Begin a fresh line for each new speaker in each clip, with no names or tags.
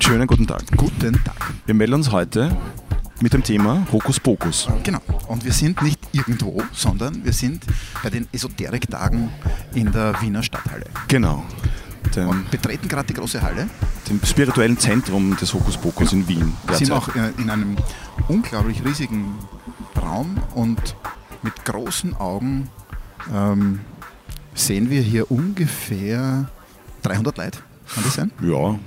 Schönen guten Tag.
Guten Tag.
Wir melden uns heute mit dem Thema Hokus Pokus.
Genau. Und wir sind nicht irgendwo, sondern wir sind bei den Esoteriktagen in der Wiener Stadthalle.
Genau. Dem,
Und betreten gerade die große Halle.
dem spirituellen Zentrum des Hokus Pokus in Wien. derzeit.
sind auch in, in einem unglaublich riesigen Raum und mit großen Augen ähm, sehen wir hier ungefähr 300 Leute. Kann das sein?
Ja.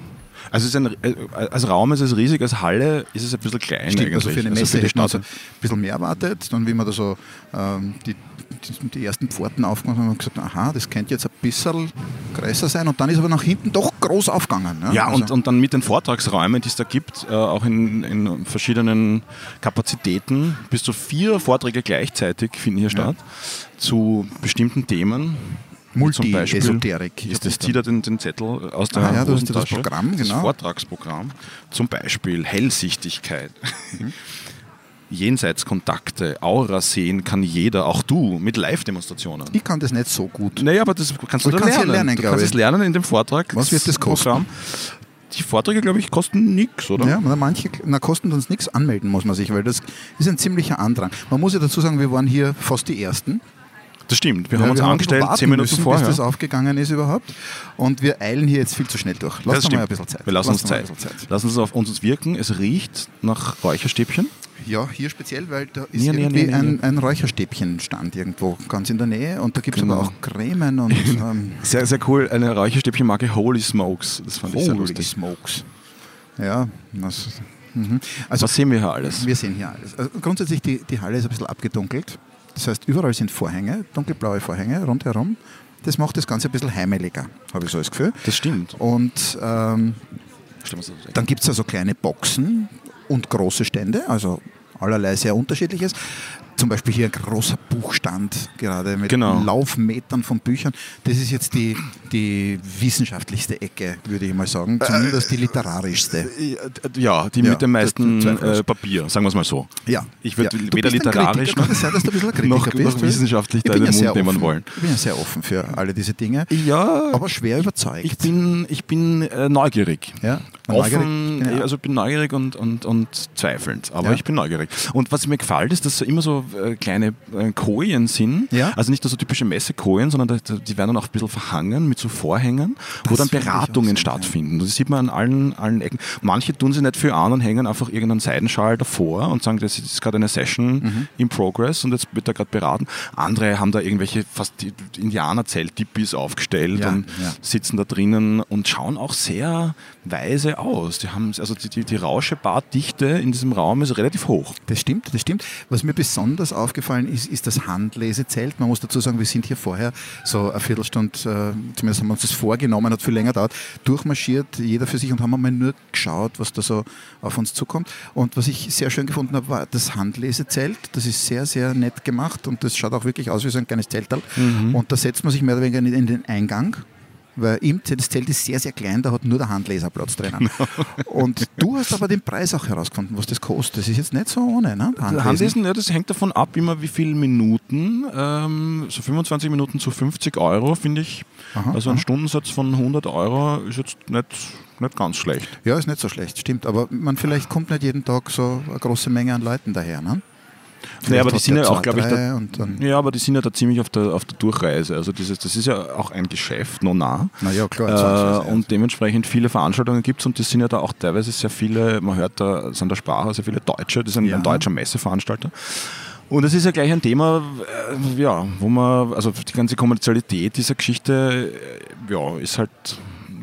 Also es ist ein, äh, als Raum ist es riesig, als Halle ist es ein bisschen klein
Stimmt,
eigentlich.
also für eine Messe
die
hätten wir also ein
Stadt.
bisschen mehr erwartet. Dann, wie wir da so ähm, die, die, die ersten Pforten aufgemacht haben, haben wir gesagt, aha, das könnte jetzt ein bisschen größer sein. Und dann ist aber nach hinten doch groß aufgegangen. Ne?
Ja, und,
Also,
und dann mit den Vortragsräumen, die es da gibt, äh, auch in, in verschiedenen Kapazitäten, bis zu vier Vorträge gleichzeitig finden hier statt, zu bestimmten Themen. Wie zum Beispiel
Multi-Esoterik.
Ist das zieht er den, den Zettel aus der
Ah ja, da ist das
Hosentasche.
Programm,
das
genau.
Vortragsprogramm. Zum Beispiel Hellsichtigkeit.
Mhm.
Jenseitskontakte, Aura sehen kann jeder, auch du, mit Live-Demonstrationen.
Ich kann das nicht so gut.
Naja, aber das kannst du,
Du
da
kannst hier
lernen.
lernen,
Du
glaub
kannst
ich.
es lernen in dem Vortrag.
Was wird das kosten?
Programm. Die Vorträge, glaube ich, kosten nichts, oder?
Ja, na, manche na, kosten uns nichts, anmelden muss man sich, weil das ist ein ziemlicher Andrang. Man muss ja dazu sagen, wir waren hier fast die Ersten.
Das stimmt. Wir haben
Ja,
uns
wir
angestellt,
warten
zehn Minuten
müssen,
vorher.
Bis das aufgegangen ist überhaupt. Und wir eilen hier jetzt viel zu schnell durch. Lass
Das
uns mal ein
stimmt.
bisschen Zeit.
Wir lassen uns
Lasst uns mal ein
Zeit.
bisschen Zeit.
Lassen uns auf uns wirken. Es riecht nach Räucherstäbchen.
Ja, hier speziell, weil da ist
Ja, nee,
irgendwie
nee, nee,
ein, ein Räucherstäbchenstand irgendwo ganz in der Nähe und da gibt es
Genau.
aber auch Cremen und ähm,
Sehr, sehr cool. Eine Räucherstäbchenmarke Holy Smokes. Das fand ich sehr
ähm, Holy
lustig.
Smokes. Ja, das, mhm. also
Was sehen wir hier alles?
wir sehen hier alles. Also grundsätzlich, die, die Halle ist ein bisschen abgedunkelt. Das heißt, überall sind Vorhänge, dunkelblaue Vorhänge rundherum. Das macht das Ganze ein bisschen heimeliger, habe ich so das Gefühl.
Das stimmt.
Und ähm,
Stimmt, was du
Dann gibt es also kleine Boxen und große Stände, also allerlei sehr unterschiedliches. Zum Beispiel hier ein großer Buchstand, gerade mit
Genau.
Laufmetern von Büchern. Das ist jetzt die, die wissenschaftlichste Ecke, würde ich mal sagen. Zumindest die literarischste.
äh, sagst. ja, die
äh, Ja,
mit dem meisten
das- zweifellos.
äh, Papier, sagen wir es mal so.
Ja.
Ich würd
ja. Du
weder
bist ein
literarisch
Kritiker. Kann das sein, dass du ein bisschen ein Kritiker
noch-
bist?
noch wissenschaftlich
Ich
da
bin
in den
ja
Mund
sehr
nehmen
offen.
wollen.
Ich bin ja sehr offen für alle diese Dinge,
Ja,
aber schwer überzeugt.
Ich bin, ich bin äh, neugierig.
Ja,
Offen,
neugierig, genau.
also ich bin neugierig und, und, und zweifelnd, aber
Ja.
ich bin neugierig. Und was mir gefällt, ist, dass so immer so äh, kleine äh, Kojen sind,
Ja.
also nicht nur so typische Messekojen, sondern da- da, die werden dann auch ein bisschen verhangen mit so Vorhängen, wo
Das
dann
finde ich auch
Beratungen
sehr
stattfinden. Das sieht man an allen, allen Ecken. Manche tun sie nicht für an und hängen einfach irgendeinen Seidenschal davor und sagen, das ist gerade eine Session
Mhm.
in Progress und jetzt wird da gerade beraten. Andere haben da irgendwelche fast Indianer-Zelt-Tippis aufgestellt
Ja,
und
ja.
sitzen da drinnen und schauen auch sehr weise aus. Die haben also die, die, die Rauschebardichte in diesem Raum ist relativ hoch.
Das stimmt, das stimmt. Was mir besonders aufgefallen ist, ist das Handlesezelt. Man muss dazu sagen, wir sind hier vorher so eine Viertelstunde, äh, zumindest haben wir uns das vorgenommen, hat viel länger gedauert, durchmarschiert, jeder für sich und haben einmal nur geschaut, was da so auf uns zukommt. Und was ich sehr schön gefunden habe, war das Handlesezelt. Das ist sehr, sehr nett gemacht und das schaut auch wirklich aus wie so ein kleines Zeltal. Und da setzt man sich mehr oder weniger in den Eingang weil im Zelt, das Zelt ist sehr, sehr klein, da hat nur der Handleser Platz drinnen. Und du hast aber den Preis auch herausgefunden, was das kostet. Das ist jetzt nicht so ohne, ne? Handlesen.
Handlesen, ja, das hängt davon ab, immer wie viele Minuten. Ähm, so 25 Minuten zu 50 Euro finde ich.
Aha,
also ein Stundensatz von 100 Euro ist jetzt nicht, nicht ganz schlecht.
Ja, ist nicht so schlecht, stimmt. Aber man vielleicht kommt nicht jeden Tag so eine große Menge an Leuten daher, ne?
Nee, aber
Vielleicht
die
hat
sind
der
ja auch,
zwei,
glaube ich,
drei hm.
da,
und dann-
ja, aber die sind ja da ziemlich auf der, auf der Durchreise. Also dieses, das ist ja auch ein Geschäft, no nah.
Na ja, klar, zwangsweise,
Äh,
ja.
und dementsprechend viele Veranstaltungen gibt es und das sind ja da auch teilweise sehr viele, man hört da an der Sprache sehr viele Deutsche, das ist ein,
Ja.
ein deutscher Messeveranstalter. Und das ist ja gleich ein Thema, äh, ja, wo man, also die ganze Kommerzialität dieser Geschichte, äh, ja, ist halt,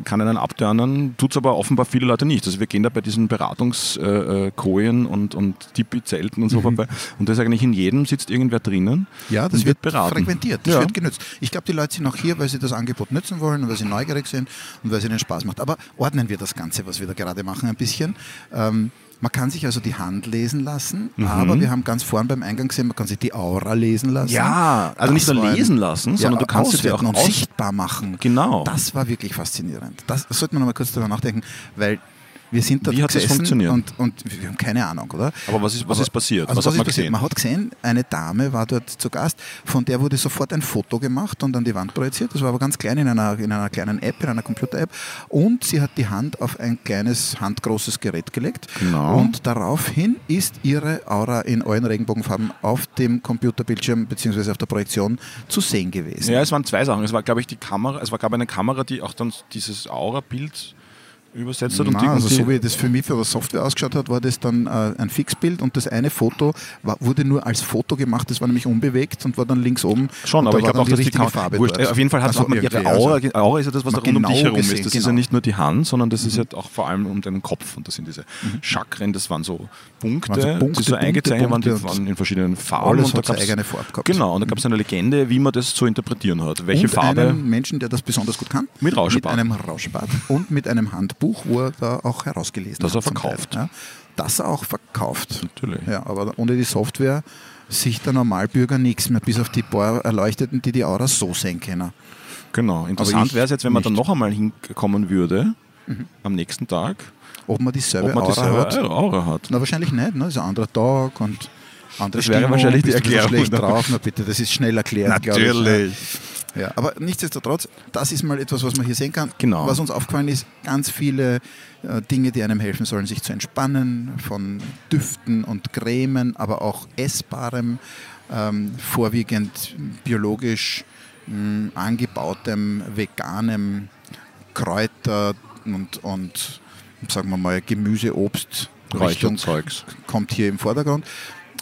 kann einen abturnen, tut es aber offenbar viele Leute nicht. Also wir gehen da bei diesen Beratungskojen äh, äh, Kojen und, und Tipi-Zelten und so vorbei und da ist eigentlich in jedem sitzt irgendwer drinnen.
Mhm. Ja,
und
das wird,
beraten.
frequentiert, das
ja.
wird genützt. Ich glaube, die Leute sind auch hier, weil sie das Angebot nutzen wollen und weil sie neugierig sind und weil es ihnen Spaß macht. Aber ordnen wir das Ganze, was wir da gerade machen, ein bisschen. Ähm, man kann sich also die Hand lesen lassen,
Mhm.
aber wir haben ganz vorn beim Eingang gesehen, man kann sich die Aura lesen lassen.
Ja, also nicht
Das
nur
war ein-
lesen lassen, sondern du kannst es dir
auswerten
auch
und
aus-
sichtbar machen.
Genau.
Das war wirklich faszinierend. Das sollte man nochmal kurz darüber nachdenken, weil Wir sind dort
Wie hat das
gesessen
funktioniert?
Und, und wir haben keine Ahnung, oder?
Aber was ist, was
Aber-
ist passiert?
Also
was hat man
passiert?
gesehen?
Man hat gesehen, eine Dame war dort zu Gast, von der wurde sofort ein Foto gemacht und an die Wand projiziert. Das war aber ganz klein in einer, in einer kleinen App, in einer Computer-App. Und sie hat die Hand auf ein kleines, handgroßes Gerät gelegt.
Genau.
Und daraufhin ist ihre Aura in allen Regenbogenfarben auf dem Computerbildschirm bzw. auf der Projektion zu sehen gewesen.
Ja, es waren zwei Sachen. Es war, glaube ich, die Kamera, es war, gab eine Kamera, die auch dann dieses Aura-Bild übersetzt hat. und die,
Nein, also
und die,
so wie das für mich für was Software ausgeschaut hat, war das dann äh, ein Fixbild und das eine Foto war, wurde nur als Foto gemacht, das war nämlich unbewegt und war dann links oben.
Schon,
und
aber
da
ich
war
glaube auch,
dann
dass die Kam-
Farbe
Wurscht, äh,
dort.
Auf jeden Fall hat
Also
man ihre
irgendwie,
Aura.
also-
Aura ist ja das, was da
Man
rund um dich
genau
herum
gesehen,
ist. Das ist ja
genau. Mhm.
nicht nur die Hand, sondern das ist ja auch vor allem um deinen Kopf. Und das sind diese Chakren, das waren so Punkte,
Waren so Mhm. Also Punkte,
die so
Punkte,
eingezeichnet waren, die
Punkte und
waren in verschiedenen Farben.
alles
und da
hat seine
gab's-
eigene Farbe gehabt. Mhm.
Genau, und da gab es eine Legende, wie man das zu interpretieren hat. Welche
und
Farbe.
einen Menschen, der das besonders gut kann.
Mit Rauschebart.
Mit einem Rauschebart und mit einem Handbuch, wo er da auch herausgelesen
Das
hat.
er
zum
verkauft.
Teil, Ja. Das er auch verkauft.
Natürlich.
Ja, aber ohne die Software sieht der Normalbürger nichts mehr, bis auf die paar Erleuchteten, die die Aura so sehen können.
Genau, interessant
ich
wäre es jetzt, wenn man
nicht.
dann noch einmal hinkommen würde, am nächsten Tag,
Ob man dieselbe
ob man
Aura
dieselbe
hat.
Aura hat.
Na, wahrscheinlich nicht. Ne? Das ist ein anderer Tag und andere
Das wäre wahrscheinlich die
bist du ein bisschen
Erklärung,
schlecht
ne?
drauf. Na bitte, das ist schnell erklärt. glaub Ich, ja. Ja, aber nichtsdestotrotz, das ist mal etwas, was man hier sehen kann.
Genau.
Was uns aufgefallen ist, ganz viele äh, Dinge, die einem helfen sollen, sich zu entspannen, von Düften und Cremen, aber auch essbarem, ähm, vorwiegend biologisch mh, angebautem, veganem Kräuter und, und sagen wir mal Gemüse, Obst, Richtung
Räucherzeugs.
kommt hier im Vordergrund.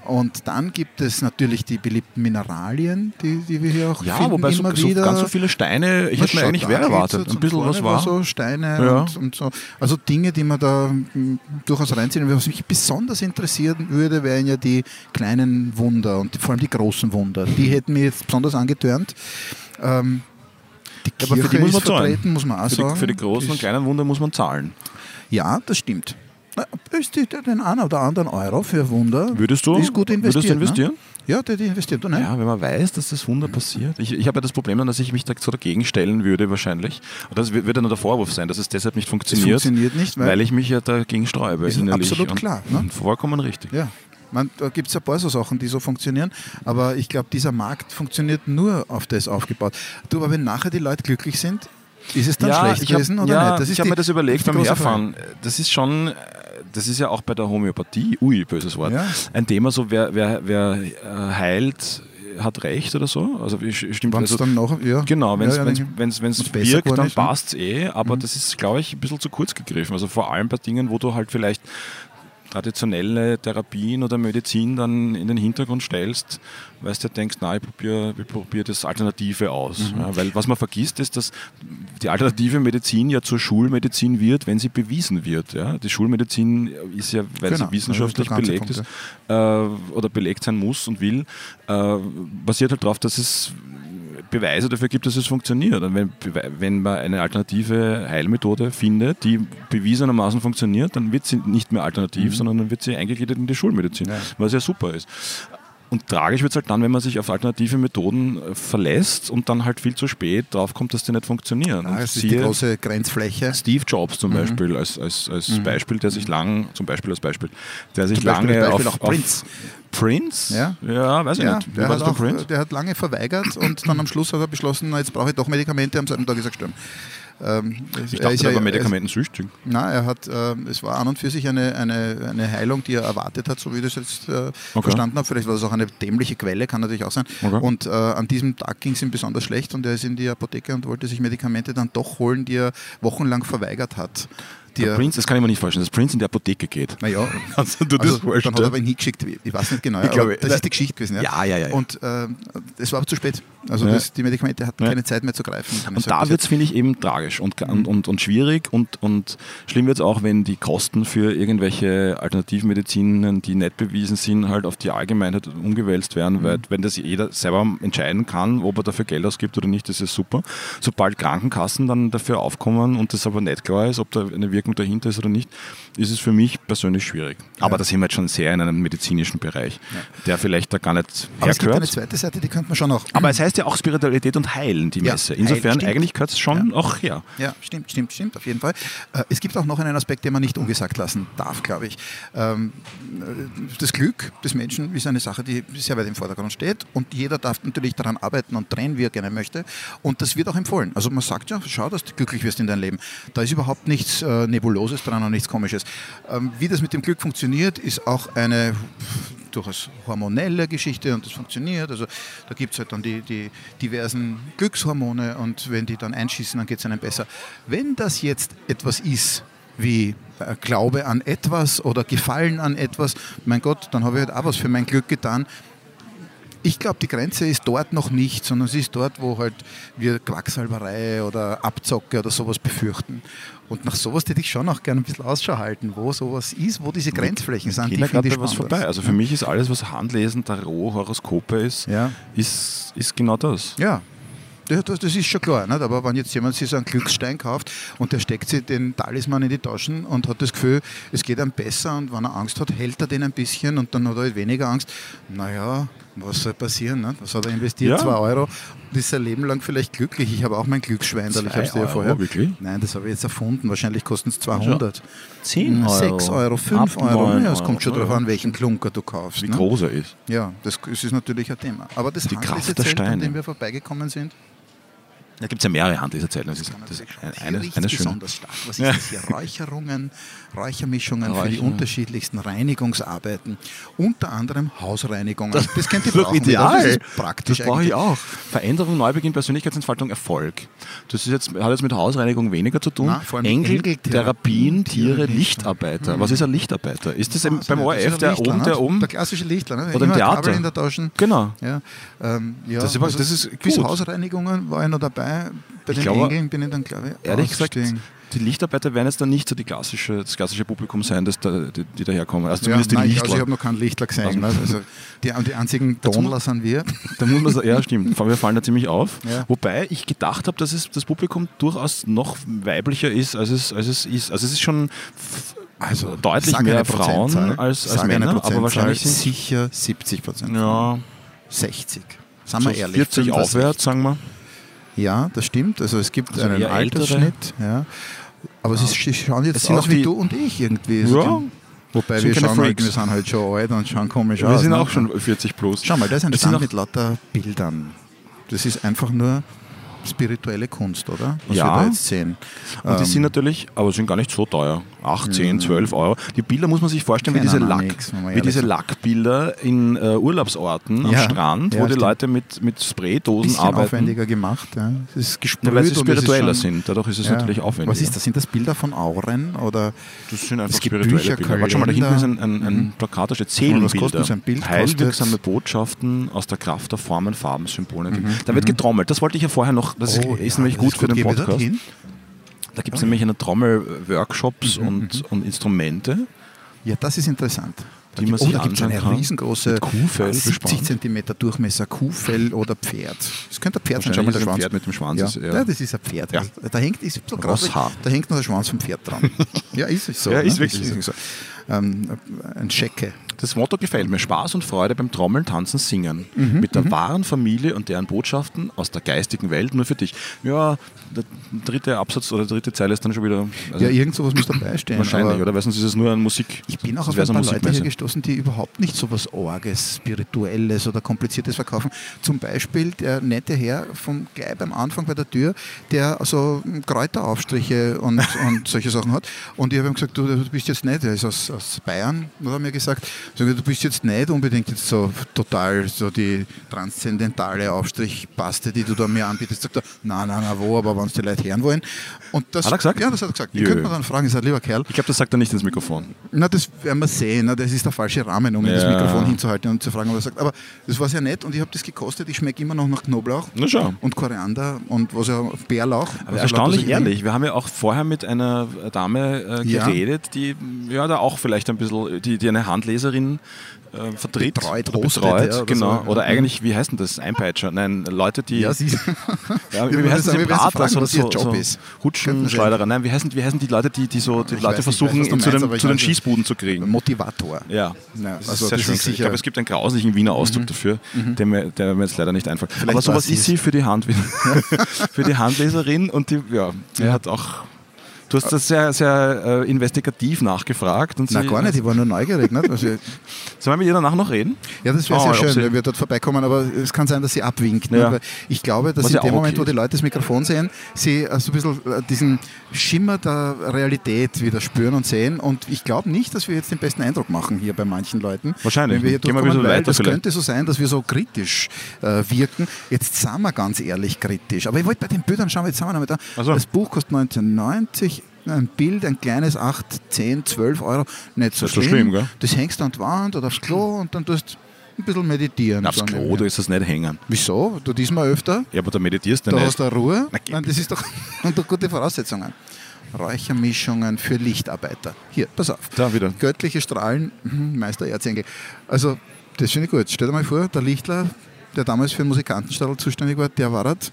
Und dann gibt es natürlich die beliebten Mineralien, die, die wir hier auch
Ja,
finden
wobei so,
immer
so
wieder.
ganz so viele Steine, ich
Was
hätte mir
schaut
eigentlich
da
wer
an?
erwartet.
Geht's
Ein
jetzt
bisschen
und
was
vorne
war.
So Steine
Ja.
und, und so. Also Dinge, die man da mm, durchaus reinziehen. Was mich besonders interessieren würde, wären ja die kleinen Wunder und vor allem die großen Wunder. Die hätten mich jetzt besonders angetörnt. Ähm, die
Ja,
Kirche aber für die muss man ist vertreten, muss man auch
Für
sagen.
die, für die großen und
Ist-
kleinen Wunder muss man zahlen.
Ja, das stimmt. Na, Ist die, den einen oder anderen Euro für Wunder?
Würdest du-
Ist gut investiert.
würdest du investieren?
Ne? Ja, der die investiert. Du, ne?
Ja, wenn man weiß, dass das Wunder passiert. Ich, ich habe ja das Problem, dann, dass ich mich da so dagegen stellen würde wahrscheinlich. Und das wird wird dann nur der Vorwurf sein, dass es deshalb nicht funktioniert.
funktioniert nicht, weil-
weil, ich mich ja dagegen sträube.
Ist
innerlich.
absolut
Und-
klar, ne?
und Vollkommen richtig.
Ja. Man, da gibt es ein paar so Sachen, die so funktionieren, aber ich glaube, dieser Markt funktioniert nur auf das aufgebaut. Du, aber wenn nachher die Leute glücklich sind, ist es dann schlecht
ich hab-
gewesen oder
ja,
nicht? ist
ich habe
die-
mir das überlegt
die
beim
große Frage.
Herfahren. Das ist schon, äh, das ist ja auch bei der Homöopathie, ui, böses Wort,
Ja.
ein Thema so, wer, wer, wer äh, heilt, hat Recht oder so. Also wie sch- stimmt
Wenn's
also,
dann noch, ja.
Genau, wenn es
Ja, ja,
wenn's,
denke ich.
wenn's,
Wenn's
wenn's
besser
wirkt,
geworden
dann
ist, ne?
passt es eh, aber das ist, glaube ich, ein bisschen zu kurz gegriffen. Also vor allem bei Dingen, wo du halt vielleicht traditionelle Therapien oder Medizin dann in den Hintergrund stellst, weil du dir denkst, na, ich probiere ich probier das Alternative aus.
Mhm.
Ja, weil was man vergisst, ist, dass die alternative Medizin ja zur Schulmedizin wird, wenn sie bewiesen wird. Ja? Die Schulmedizin ist ja, weil
Genau, das ist der
sie wissenschaftlich
ganze
belegt
Punkt,
ist, äh, oder belegt sein muss und will, äh, basiert halt darauf, dass es Beweise dafür gibt, dass es funktioniert. Und wenn, wenn man eine alternative Heilmethode findet, die bewiesenermaßen funktioniert, dann wird sie nicht mehr alternativ, sondern dann wird sie eingegliedert in die Schulmedizin,
Mhm. Ja.
was ja super ist. Und tragisch wird es halt dann, wenn man sich auf alternative Methoden äh, verlässt und dann halt viel zu spät draufkommt, dass die nicht funktionieren.
Ah,
und
das ist die
siehe-
große Mhm. Grenzfläche.
Steve Jobs zum Beispiel als, als, als Beispiel, der sich lang, zum Beispiel als Beispiel, der sich
Mhm. Zum Beispiel
lange
als Beispiel
auf,
auch Prince.
auf Prince,
Ja.
ja weiß ich
Ja,
nicht,
der
war
hat,
das bei
auch,
Prince?
der hat lange verweigert und dann am Schluss hat er beschlossen, na, jetzt brauche ich doch Medikamente, am selben Tag ist er gestorben. Ähm,
Ich dachte, der war medikamentensüchtig.
Nein, er hat, ähm, es war an und für sich eine, eine, eine Heilung, die er erwartet hat, so wie ich das jetzt äh, verstanden habe. Vielleicht war das auch eine dämliche Quelle, kann natürlich auch sein.
Okay.
Und äh, an diesem Tag ging es ihm besonders schlecht und er ist in die Apotheke und wollte sich Medikamente dann doch holen, die er wochenlang verweigert hat. Die
Der
er,
Prince, das kann ich mir nicht vorstellen, dass Prince in die Apotheke geht.
naja,
Kannst du dir das
also, dann hat er
vorstellen?
aber ihn hingeschickt, ich weiß nicht genau.
Ich glaube, äh,
aber das ist die Geschichte gewesen.
Ja, ja, ja, ja.
Und ähm, es war aber zu spät. Also
Ja.
das, die Medikamente hatten
Ja.
keine Zeit mehr zu greifen. Kann ich
Und
sagen.
da wird es, finde ich, eben tragisch und,
Mhm.
und, und, und schwierig und, und schlimm wird es auch, wenn die Kosten für irgendwelche Alternativmedizinen, die nicht bewiesen sind, halt auf die Allgemeinheit umgewälzt
Mhm.
werden, weil wenn das jeder selber entscheiden kann, ob er dafür Geld ausgibt oder nicht, das ist super. Sobald Krankenkassen dann dafür aufkommen und das aber nicht klar ist, ob da eine Wirkung dahinter ist oder nicht, ist es für mich persönlich schwierig. Aber da sind wir jetzt schon sehr in einem medizinischen Bereich, der vielleicht da gar nicht
aber es gibt eine
hergehört.
zweite Seite, die könnte man schon auch.
Aber es heißt ist ja auch Spiritualität und Heilen, die
Ja,
Messe. Insofern,
Heil, stimmt.
eigentlich gehört es schon auch her.
Ja, stimmt, stimmt, stimmt, auf jeden Fall. Äh, Es gibt auch noch einen Aspekt, den man nicht ungesagt lassen darf, glaube ich. Ähm, äh, Das Glück des Menschen ist eine Sache, die sehr weit im Vordergrund steht und jeder darf natürlich daran arbeiten und drehen, wie er gerne möchte und das wird auch empfohlen. Also man sagt ja, schau, dass du glücklich wirst in deinem Leben. Da ist überhaupt nichts äh, Nebuloses dran und nichts Komisches. Ähm, Wie das mit dem Glück funktioniert, ist auch eine durchaus hormonelle Geschichte und das funktioniert. Also da gibt es halt dann die, die diversen Glückshormone und wenn die dann einschießen, dann geht es einem besser. Wenn das jetzt etwas ist, wie äh, Glaube an etwas oder Gefallen an etwas, mein Gott, dann habe ich halt auch was für mein Glück getan. Ich glaube, die Grenze ist dort noch nicht, sondern sie ist dort, wo halt wir Quacksalberei oder Abzocke oder sowas befürchten. Und nach sowas hätte ich schon auch gerne ein bisschen Ausschau halten, wo sowas ist, wo diese Grenzflächen sind.
Kinder
find
gerade bei was
spannend.
vorbei. Also für mich ist alles, was Handlesen, Tarot, Horoskope ist,
Ja.
ist, ist genau das.
Ja. Ja, Das, das ist schon klar, nicht? aber wenn jetzt jemand sich so einen Glücksstein kauft und der steckt sich den Talisman in die Taschen und hat das Gefühl, es geht ihm besser und wenn er Angst hat, hält er den ein bisschen und dann hat er halt weniger Angst. Naja, was soll passieren? Nicht? Was hat er investiert?
Ja.
Zwei Euro und ist sein Leben lang vielleicht glücklich. Ich habe auch mein Glücksschwein, ich habe es dir
Zwei
ja
Euro,
vorher.
wirklich?
Nein, das habe ich jetzt erfunden. Wahrscheinlich kosten es 200.
10 Euro.
6 Euro, 5
Ab
Euro.
neun
Ja, es
Euro.
kommt schon darauf
Ja.
an, welchen Klunker du kaufst.
Wie
ne?
groß er ist.
Ja, das ist ist natürlich ein Thema. Aber das
Die Kraft
Handelsezelt,
der Steine.
an dem wir vorbeigekommen sind,
Da gibt es ja mehrere Handleserzeiten. Das ist,
kann man
das ist
wirklich-
ein-
Hier
eine,
riecht's
eine schöne.
besonders stark. Was ist das hier? Räucherungen, Räuchermischungen für die
Räucherung.
unterschiedlichsten Reinigungsarbeiten. Unter anderem Hausreinigungen. Das, kennt ihr
doch ideal.
Das ist praktisch
Das brauche ich
eigentlich.
auch. Veränderung, Neubeginn, Persönlichkeitsentfaltung, Erfolg. Das ist jetzt, hat jetzt mit Hausreinigung weniger zu tun.
Na, vor allem
Engel, Therapien,
Engeltherapien,
Tiere,
Tiere,
Lichtarbeiter. Was ist ein Lichtarbeiter? Ist das im, beim
Wahnsinn, das ist
ORF
ein
der
Lichtler,
oben,
ne?
der oben?
Der klassische Lichtler, ne?
Oder im
Immer ein
Theater.
Kabel in der Tasche.
Genau.
Ja, ähm, ja,
Das ist aber- das ist
bis
gut.
Hausreinigungen war ich noch dabei. Bei
Ich
den
glaube,
Engeln bin ich dann, glaube ich,
Ehrlich gesagt,
ausgestiegen.
die Lichtarbeiter werden jetzt dann nicht so die klassische, das klassische Publikum sein, das da, die, die daherkommen. Also zumindest
nein,
die
ich-
Lichtler.
Also ich habe noch keinen Lichtler gesehen. ne? Also die, die einzigen
Dazu-
Donler sind wir.
Da muss man so, ja, stimmt. Wir fallen da ziemlich auf.
Ja.
Wobei ich gedacht habe, dass es, das Publikum durchaus noch weiblicher ist, als es, als es ist. Also es ist schon f-
Also
deutlich
sag
mehr
eine
Frauen
Prozentzahl.
als, als
Sag eine
Männer, aber
Prozentzahl.
wahrscheinlich sind
sicher 70 Prozent.
ja,
60. Sagen
so
wir ehrlich.
40
65.
aufwärts, sagen wir.
Ja, das stimmt. Also es gibt
Also
einen
eher ältere.
Altersschnitt. Ja. Aber sie sie schauen jetzt
Es sind
aus
auch
wie
die-
du und ich irgendwie.
Ja.
Also die- Wobei
Sind
wir
keine
schauen, halt,
Freaks.
wir sind halt schon alt und schauen komisch
wir
aus.
sind
ne?
auch schon 40 plus.
Schau mal, da ist ein
Es sind
Stand
auch-
mit lauter Bildern. Das ist einfach nur spirituelle Kunst, oder? Was
Ja.
wir da jetzt sehen.
Und die
Ähm.
sind natürlich, aber sind gar nicht so teuer. 8, 10, 12 Euro. Die Bilder muss man sich vorstellen, wie
Kennen
diese,
auch
Lack,
Mhm. nix, wenn man
wie
ehrlich
diese
ist.
Lackbilder in äh, Urlaubsorten
Ja.
am Strand,
Ja,
wo die
stimmt.
Leute mit, mit Spraydosen
bisschen
arbeiten.
aufwendiger gemacht. Ja. Es ist gesprüht
Ja, weil sie
und es ist
spiritueller
schon-
sind. Dadurch ist es
Ja.
natürlich aufwendiger.
Was ist das? Sind das Bilder von Auren oder
Das sind einfach
Es gibt
spirituelle
Bücher,
Bilder. Warte schon mal, da hinten
Kalender. Mhm.
ist ein, ein, ein Plakat, da steht
mal, was
Seelenbilder.
kostet so ein Bild?
Heilwirksame
Kostet-
Botschaften aus der Kraft der Formen, Farben, Symbole. Da wird getrommelt. Das wollte ich ja vorher noch. Das
Mhm. Oh,
ist
ja,
nämlich
das
gut
ist
für
gut.
den
Gehen wir
Podcast.
dorthin?
Da gibt es nämlich eine Trommel, äh, Workshops
Mhm,
und, und Instrumente.
Ja, das ist interessant. Da
Die man
gibt- oh,
sich
da gibt es eine
anschauen kann.
riesengroße
Mit Kuhfell
70
bespannt.
cm Durchmesser Kuhfell oder Pferd. Das könnte ein Pferd sein. Schau mal,
Wahrscheinlich
der
ist ein
Schwanz.
Pferd mit dem Schwanz,
Ja.
ist eher-
ja, das ist ein Pferd.
Ja.
Da hängt ist ein bisschen grausig,
Rosshaar.
da hängt noch der Schwanz vom Pferd dran. ja, ist es so.
Ja,
ne?
ist wirklich
so. Ähm, ein Schecke.
Das Motto gefällt mir. Spaß und Freude beim Trommeln, Tanzen, Singen.
Mhm,
Mit der wahren Familie und deren Botschaften aus der geistigen Welt nur für dich. Ja, der dritte Absatz oder dritte Zeile ist dann schon wieder also
ja, irgend sowas muss dabei stehen.
wahrscheinlich,
aber-
oder? Weil sonst ist es nur ein Musik.
Ich bin auch
sonst
auf
wär's
ein paar
eine
Leute hier
Musikmesse.
gestoßen, die überhaupt nicht so was Orges, Spirituelles oder Kompliziertes verkaufen. Zum Beispiel der nette Herr vom gleich am Anfang bei der Tür, der so Kräuteraufstriche und, und solche Sachen hat. Und ich habe ihm gesagt, du, du bist jetzt nicht, er ist aus, aus Bayern, hat er mir gesagt, Ich sag, du bist jetzt nicht unbedingt jetzt so total so die transzendentale Aufstrichpaste, die du da mir anbietest. Sagt er, nein, nein, nein, wo, aber wenn es die Leute hören wollen. Und das,
Hat er gesagt?
Ja, das hat er gesagt. Die
Jö.
könnte man dann fragen, ist ein lieber Kerl.
Ich glaube, das sagt er nicht ins Mikrofon.
Na, das werden wir sehen. Na, das ist der falsche Rahmen, um in das
Ja.
Mikrofon hinzuhalten und zu fragen, was er sagt. Aber das war sehr nett und ich habe das gekostet. Ich schmecke immer noch nach Knoblauch
Na schau.
und Koriander und was er, Bärlauch.
Aber
Also
erstaunlich
lauter solche Dinge.
ehrlich. Wir haben ja auch vorher mit einer Dame äh,
Ja.
geredet, die ja da auch vielleicht ein bisschen, äh, die, die eine Handleserin äh, vertritt.
Betreut,
oder
hostet,
betreut,
ja, oder
genau.
so, ja.
Oder eigentlich, wie heißt denn das? Einpeitscher? Nein, Leute, die.
Ja, sie
Ja,
Wir
wie heißen
müssen-
sie
wir müssen
Braters
fragen,
oder
was ihr
so,
Job
so
ist. Könnten
Hutschen,
wir
Schleuderer. Nein, wie heißen, wie heißen die Leute, die, die so die
Ich
Leute
weiß nicht,
versuchen,
ich weiß, was du
zu,
meinst,
dem,
aber ich
zu den
weiß nicht.
Schießbuden zu kriegen?
Motivator.
Ja,
Ja,
das
also
ist sehr
das
schön.
ist
ich
sicher- Mhm.
glaube, es gibt einen grauslichen Wiener Ausdruck dafür, den mir, der mir jetzt leider nicht einfällt. Aber
weiß
sowas
sie
ist
es.
sie für die, Hand, für die Handleserin und die, ja, die hat auch. Du hast das sehr, sehr äh, investigativ nachgefragt. Und
Na
sie,
gar nicht, ich war nur neugierig. Nicht? Also,
Sollen wir mit ihr danach noch reden?
ja, das wäre
Oh,
sehr
ob
schön,
sie-
wenn wir dort vorbeikommen, aber es kann sein, dass sie abwinkt.
Ja.
Ja. Ich glaube, dass
Was
in
ja
dem
auch
Moment,
okay
wo die
ist.
Leute das Mikrofon sehen, sie äh, so ein bisschen äh, diesen Schimmer der Realität wieder spüren und sehen. Und ich glaube nicht, dass wir jetzt den besten Eindruck machen hier bei manchen Leuten.
Wahrscheinlich.
Wenn wir hier
Gehen wir ein
durchkommen,
bisschen
weil
weiter
das
vielleicht.
könnte so sein, dass wir so kritisch äh, wirken. Jetzt sind wir ganz ehrlich kritisch. Aber ich wollte bei den Bildern schauen, jetzt sind wir noch mal da.
Ach so.
Das Buch kostet 1990. Ein Bild, ein kleines 8, 10, 12 Euro, nicht so
Nicht so
schlimm.
schlimm, gell?
Das hängst du an die Wand oder aufs Klo und dann tust ein bisschen meditieren.
Na, Mhm. aufs
So
Klo,
nebenher.
da ist das nicht hängen.
Wieso? Du diesmal öfter?
Ja, aber da meditierst du
Da
nicht.
hast du Ruhe.
Na, geh
Nein, das ist doch unter gute Voraussetzungen. Räuchermischungen für Lichtarbeiter. Hier, pass auf.
Da wieder.
Göttliche Strahlen, mhm, Meister Erzengel. Also, das finde ich gut. Stell dir mal vor, der Lichtler, der damals für den Musikantenstadel zuständig war, der war halt,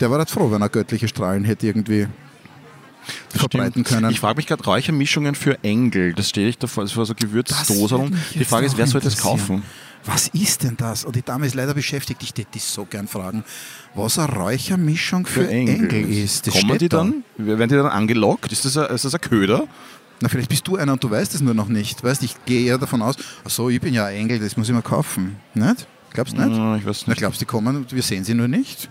der war halt froh, wenn er göttliche Strahlen hätte irgendwie verbreiten können.
Ich frage mich gerade, Räuchermischungen für Engel, das stehe ich davor, das war so
würde
Gewürzdosen.
mich
Die
jetzt
Frage ist,
auch
wer soll das kaufen?
interessieren. Was ist denn das? Und die Dame ist leider beschäftigt. Ich hätte dich so gern fragen, was eine Räuchermischung für, Engel, ist. Das
Kommen
steht
die
da.
dann? Werden die dann angelockt? Ist das ein, ist das ein Köder?
Na, vielleicht bist du einer und du weißt es nur noch nicht. Weißt, ich gehe eher davon aus, ach so, ich bin ja ein Engel, das muss ich mir kaufen. Nicht? Glaubst du nicht?
Hm, Ich weiß
Na,
nicht.
glaubst du, die kommen und wir sehen sie nur nicht?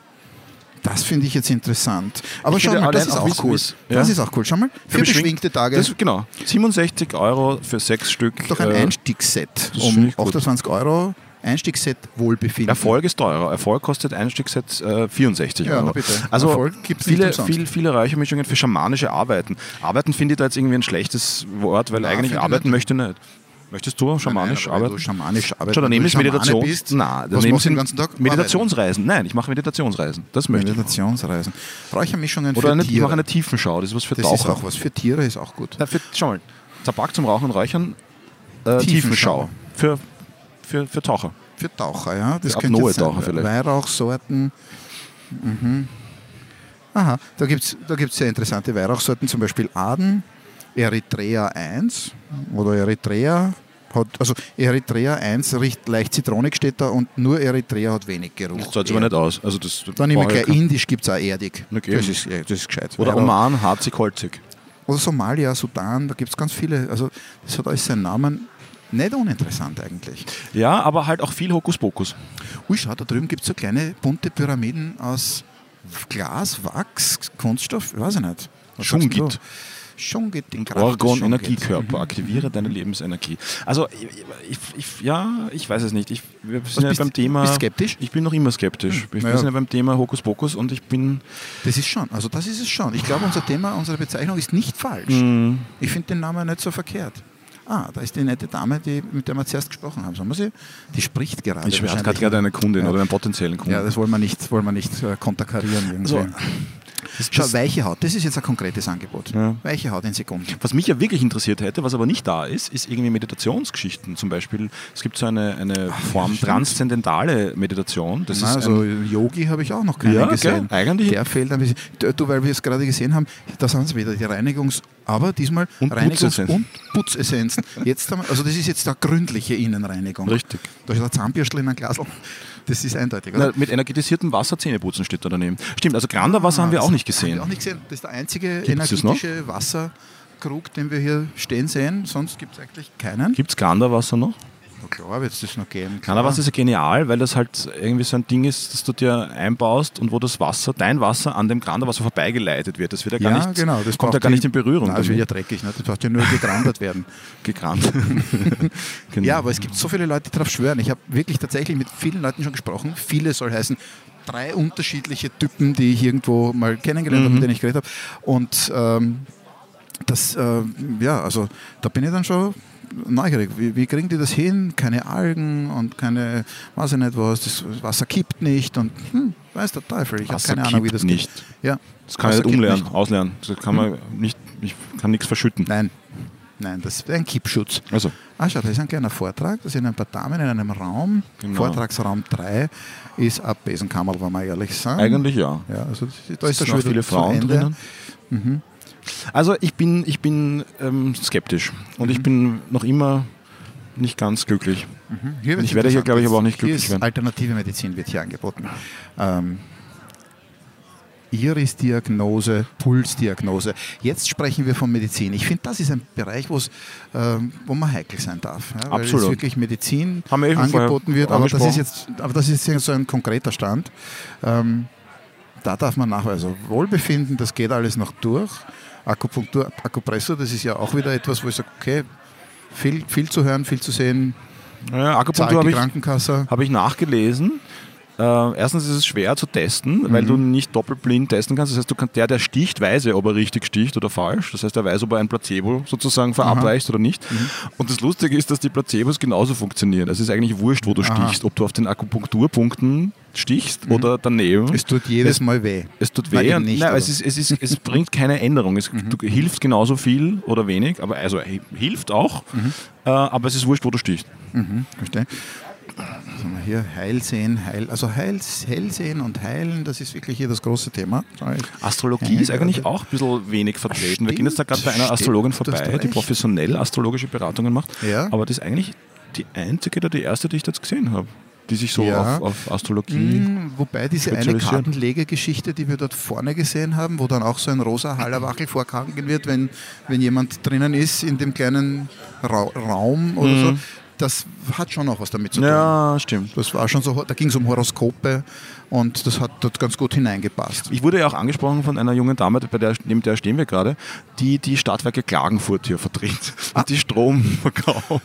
Das finde ich jetzt interessant. Aber
Ich
schau
finde
mal, das
allein
ist
auch,
auch
wie's-
cool.
wie's- ja.
Das ist auch cool. Schau mal, für
beschwing-
beschwingte Tage.
Das, genau. 67 Euro für sechs Stück.
doch ein
äh,
Einstiegsset
finde
um
ich gut.
28 Euro. Einstiegsset Wohlbefinden.
Erfolg ist teurer. Erfolg kostet ein Stück Set äh, 64
Ja,
Euro.
na bitte.
Also
Erfolg gibt's nicht
viele,
umsonst.
viel, viele Räuchermischungen für schamanische Arbeiten. Arbeiten finde ich da jetzt irgendwie ein schlechtes Wort, weil
Na,
eigentlich
finde ich
arbeiten
nicht.
möchte ich nicht. Möchtest du schamanisch
Nein, aber wenn
arbeiten?
Du schamanisch arbeiten.
Schon, daneben
wenn
ist
du Schamane
Meditation.
Bist,
Na,
was
daneben
machst du
sind
den ganzen Tag?
Meditationsreisen. Nein, ich mache Meditationsreisen. Das möchte ich.
Meditationsreisen. Räuchermischungen
Oder
für
eine, ich
Tiere.
mache eine Tiefenschau. Das ist was für
das ist
Taucher.
auch was für Tiere, ist auch gut.
Na, für, schau mal. Tabak zum Rauchen und Räuchern. Äh, Tiefenschau.
Tiefenschau.
Für, für, für Taucher.
Für Taucher, ja. Das
Für
könnte jetzt sein.
Apnoe-Taucher vielleicht.
Weihrauchsorten. Mhm. Aha, da gibt es da gibt's sehr interessante Weihrauchsorten, zum Beispiel Aden, Eritrea 1 oder Eritrea. Hat, also Eritrea 1 riecht leicht zitronig, steht da, und nur Eritrea hat wenig Geruch.
Das zahlt sich aber nicht aus. Also das
Dann nehme ich
brauche
gleich
kein-
Indisch, gibt es auch erdig.
Na, geh.
Das ist, ja, das ist gescheit.
Oder
Weihrauch.
Oman, harzig, holzig.
Oder Somalia, Sudan, da gibt es ganz viele. Also das hat alles seinen Namen. Nicht uninteressant eigentlich.
Ja, aber halt auch viel Hokuspokus.
Ui, schau, da drüben gibt es so kleine bunte Pyramiden aus Glas, Wachs, Kunststoff, weiß ich nicht. Was sagst
Schungit.
du? Schungit, die Kraft des
Orgon
Schungit.
Energiekörper, aktiviere deine Lebensenergie. Also ich, ich, ja, ich weiß es nicht. Ich, wir sind ja
bist-
beim Thema.
bist skeptisch?
Ich bin noch immer skeptisch. Wir
naja.
sind Hm. ja beim Thema Hokuspokus und ich bin.
Das ist schon, also das ist es schon. Ich glaube, unser Thema, unsere Bezeichnung ist nicht falsch.
Mhm.
Ich finde den Namen nicht so verkehrt. Ah, da ist die nette Dame, die, mit der wir zuerst gesprochen haben. Sollen wir sie? Die spricht gerade.
Ich hat
wahrscheinlich.
gerade eine Kundin
Ja.
oder einen potenziellen Kunden.
Ja, das wollen wir nicht, wollen wir nicht äh, konterkarieren. Irgendwie.
So.
Schau, weiche Haut, das ist jetzt ein konkretes Angebot. Weiche Haut in Sekunden.
was mich ja wirklich interessiert hätte, was aber nicht da ist, ist irgendwie Meditationsgeschichten. Zum Beispiel, es gibt so eine, eine Form transzendentale Meditation. Das
Na,
ist
also
ein,
Yogi habe ich auch noch keinen
Ja,
gesehen.
gell? Eigentlich-
Der fehlt ein bisschen. Du, weil wir es gerade gesehen haben, da sind es wieder, die Reinigungs-, aber diesmal
Und
Reinigungs-
Putzessenzen.
und Putzessenzen. Jetzt haben wir, also das ist jetzt eine gründliche Innenreinigung.
Richtig.
Da ist ein Zahnbürstel in einem Glas. Das ist eindeutig, oder?
na, mit energetisiertem Wasser Zähneputzen steht da daneben. Stimmt, also Granderwasser haben wir
das
auch nicht
Haben
gesehen.
wir auch nicht gesehen. Das ist der einzige
Gibt's das noch?
energetische Wasserkrug, den wir hier stehen sehen. Sonst gibt es eigentlich keinen.
Gibt es Granderwasser noch?
Na klar, wird es das noch geben.
Kanal Wasser ist ja genial, weil das halt irgendwie so ein Ding ist, das du dir einbaust und wo das Wasser, dein Wasser an dem Granderwasser vorbeigeleitet wird. Das wird ja gar
ja,
nicht,
genau. Das
kommt ja
braucht
gar
die-
nicht in Berührung.
Nein, das wird ja
damit.
dreckig. Ne? Das braucht ja nur gegrandert werden.
Gegrannt. genau.
Ja, aber es gibt so viele Leute, die darauf schwören. Ich habe wirklich tatsächlich mit vielen Leuten schon gesprochen. Viele soll heißen, drei unterschiedliche Typen, die ich irgendwo mal kennengelernt
Mhm.
habe, mit denen ich geredet habe. Und ähm, das, äh, ja, also da bin ich dann schon neugierig. Wie, wie kriegen die das hin? Keine Algen und keine, weiß ich nicht was, das Wasser kippt nicht und hm, weiß der Teufel, ich habe
Wasser
keine Ahnung, wie
kippt
das
nicht.
geht. Ja,
Das kann man
Wasser
nicht
kippt Hm.
umlernen, auslernen. Das kann man nicht, ich kann nichts verschütten.
Nein. Nein, das ist ein Kippschutz.
Also,
Ah, schau, das ist ein kleiner Vortrag. Das sind ein paar Damen in einem Raum.
Genau.
Vortragsraum 3 ist ein Besenkammerl, wenn wir ehrlich sind.
eigentlich ja.
Ja, also das ist- da
Da
ist
sind
der
schon
schon
viele Frauen drinnen.
Mhm.
Also ich bin, ich bin ähm, skeptisch und
Mhm.
ich bin noch immer nicht ganz glücklich.
Hier wird's
Mhm. Ich werde hier,
interessant.
glaube ich, aber auch nicht
Hier
glücklich
ist
werden.
Alternative Medizin wird hier angeboten. Ähm, Iris-Diagnose, Pulsdiagnose. Jetzt sprechen wir von Medizin. Ich finde, das ist ein Bereich, wo's, ähm, wo man heikel sein darf. Ja, weil
Absolut.
es wirklich Medizin
Haben wir eh schon
angeboten
vorher
wird. Aber das, ist
angesprochen.
jetzt, aber das ist jetzt so ein konkreter Stand. Ähm, da darf man nachweisen. Wohlbefinden, das geht alles noch durch. Akupunktur, Akupressur, das ist ja auch wieder etwas, wo ich sage, okay, viel, viel zu hören, viel zu sehen,
Ja,
zahlt
Akupunktur
die
habe ich,
Krankenkasse.
habe ich nachgelesen. Äh, erstens ist es schwer zu testen, weil
Mhm.
du nicht doppelblind testen kannst. Das heißt, du kannst der, der sticht, weiß er, ob er richtig sticht oder falsch. Das heißt, er weiß, ob er ein Placebo sozusagen verabreicht oder nicht.
Mhm.
Und das Lustige ist, dass die Placebos genauso funktionieren. Es ist eigentlich wurscht, wo du stichst, ob du auf den Akupunkturpunkten stichst oder daneben.
Mhm. Es tut jedes Mal weh.
Es tut
Nein,
weh.
eben
und,
nicht,
nein,
aber- Mhm.
es, ist, es, ist, es bringt keine Änderung. Es du, hilft genauso viel oder wenig, aber also hi- hilft auch,
Mhm.
äh, aber es ist wurscht, wo du stichst.
Verstehe? Was haben wir hier? Heilsehen, Heil, also Heil, Hellsehen und Heilen, das ist wirklich hier das große Thema. Sorry.
Astrologie
Ja,
ist eigentlich
ja.
auch ein bisschen wenig vertreten. Wir
Stimmt,
gehen jetzt da gerade bei einer
stimmt,
Astrologin
du hast
vorbei, die
recht.
professionell astrologische Beratungen macht,
Ja.
aber das ist eigentlich die einzige oder die erste, die ich jetzt gesehen habe, die sich so
Ja.
auf, auf Astrologie.
Hm, Wobei diese eine
Spezialisieren.
Kartenlegegeschichte, die wir dort vorne gesehen haben, wo dann auch so ein rosa Hallerwachel vorkranken wird, wenn, wenn jemand drinnen ist in dem kleinen Ra Raum oder so, das hat schon auch was damit zu tun.
Mhm. Ja, stimmt.
Das war schon so, da ging es um Horoskope und das hat dort ganz gut hineingepasst.
Ich wurde ja auch angesprochen von einer jungen Dame, bei der, neben der stehen wir gerade, die die Stadtwerke Klagenfurt hier vertritt und die Strom verkauft.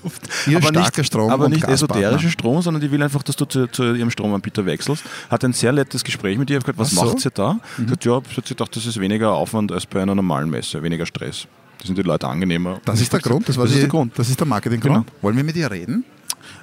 Ah. Ihr starker Strom
aber
und
nicht
Gaspartner.
esoterischen Strom, sondern die will einfach, dass du zu, zu ihrem Stromanbieter wechselst. Hat ein sehr nettes Gespräch mit ihr. Ich hab gesagt, was
Ach so.
macht sie da? Mhm. Sagt, ja, sie hat gedacht, das ist weniger Aufwand als bei einer normalen Messe, weniger Stress. Da sind die Leute angenehmer.
Das ist der Grund, das, war
ist
die-
der Grund.
Das ist der Marketinggrund.
Genau.
Wollen wir mit ihr reden?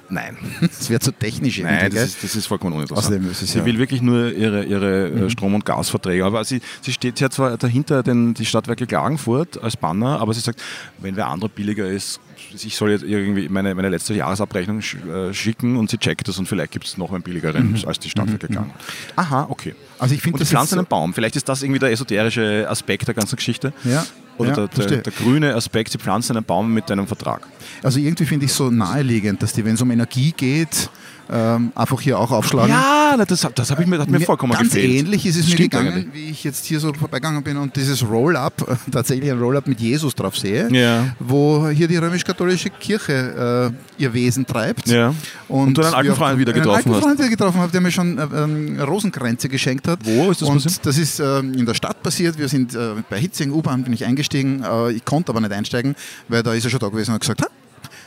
Nein.
Das wäre zu technisch
Nein,
irgendwie,
das
gell?
ist, das ist vollkommen uninteressant.
Außerdem ist es
sie
ja- Mhm.
will wirklich nur ihre, ihre äh, Strom- und Gasverträge. Aber sie, sie steht ja zwar dahinter den, die Stadtwerke Klagenfurt als Banner, aber sie sagt, wenn wer andere billiger ist, ich soll jetzt irgendwie meine, meine letzte Jahresabrechnung sch, äh, schicken und sie checkt das und vielleicht gibt es noch einen billigeren als die Stadtwerke Klagenfurt. Aha, okay.
Mhm. Also ich finde
und sie
das
pflanzt
jetzt
einen Baum. Vielleicht ist das irgendwie der esoterische Aspekt der ganzen Geschichte.
Ja,
Oder
ja,
der, der,
verstehe.
der grüne Aspekt, sie pflanzt einen Baum mit einem Vertrag.
Also irgendwie finde ich so naheliegend, dass die, wenn es um Energie geht, ähm, einfach hier auch aufschlagen.
Ja, na, das, hab- das hab ich mir, hat mir, vollkommen
Ganz
gefehlt.
ähnlich ist es mir
Stimmt
gegangen,
eigentlich.
wie ich jetzt hier so vorbeigegangen bin und dieses Roll-Up, tatsächlich ein Roll-Up mit Jesus drauf sehe,
Ja.
wo hier die römisch-katholische Kirche äh, ihr Wesen treibt.
Ja.
Und,
Und du einen alten
wir-
Freund wieder getroffen
einen alten
hast.
Freund wieder getroffen habe, der mir schon äh, ähm, Rosenkränze geschenkt hat.
Wo ist das
Und
passiert?
das ist ähm, in der Stadt passiert. Wir sind äh, bei Hitzing, U-Bahn bin ich eingestiegen. Äh, ich konnte aber nicht einsteigen, weil da ist er schon da gewesen und hat gesagt, ha,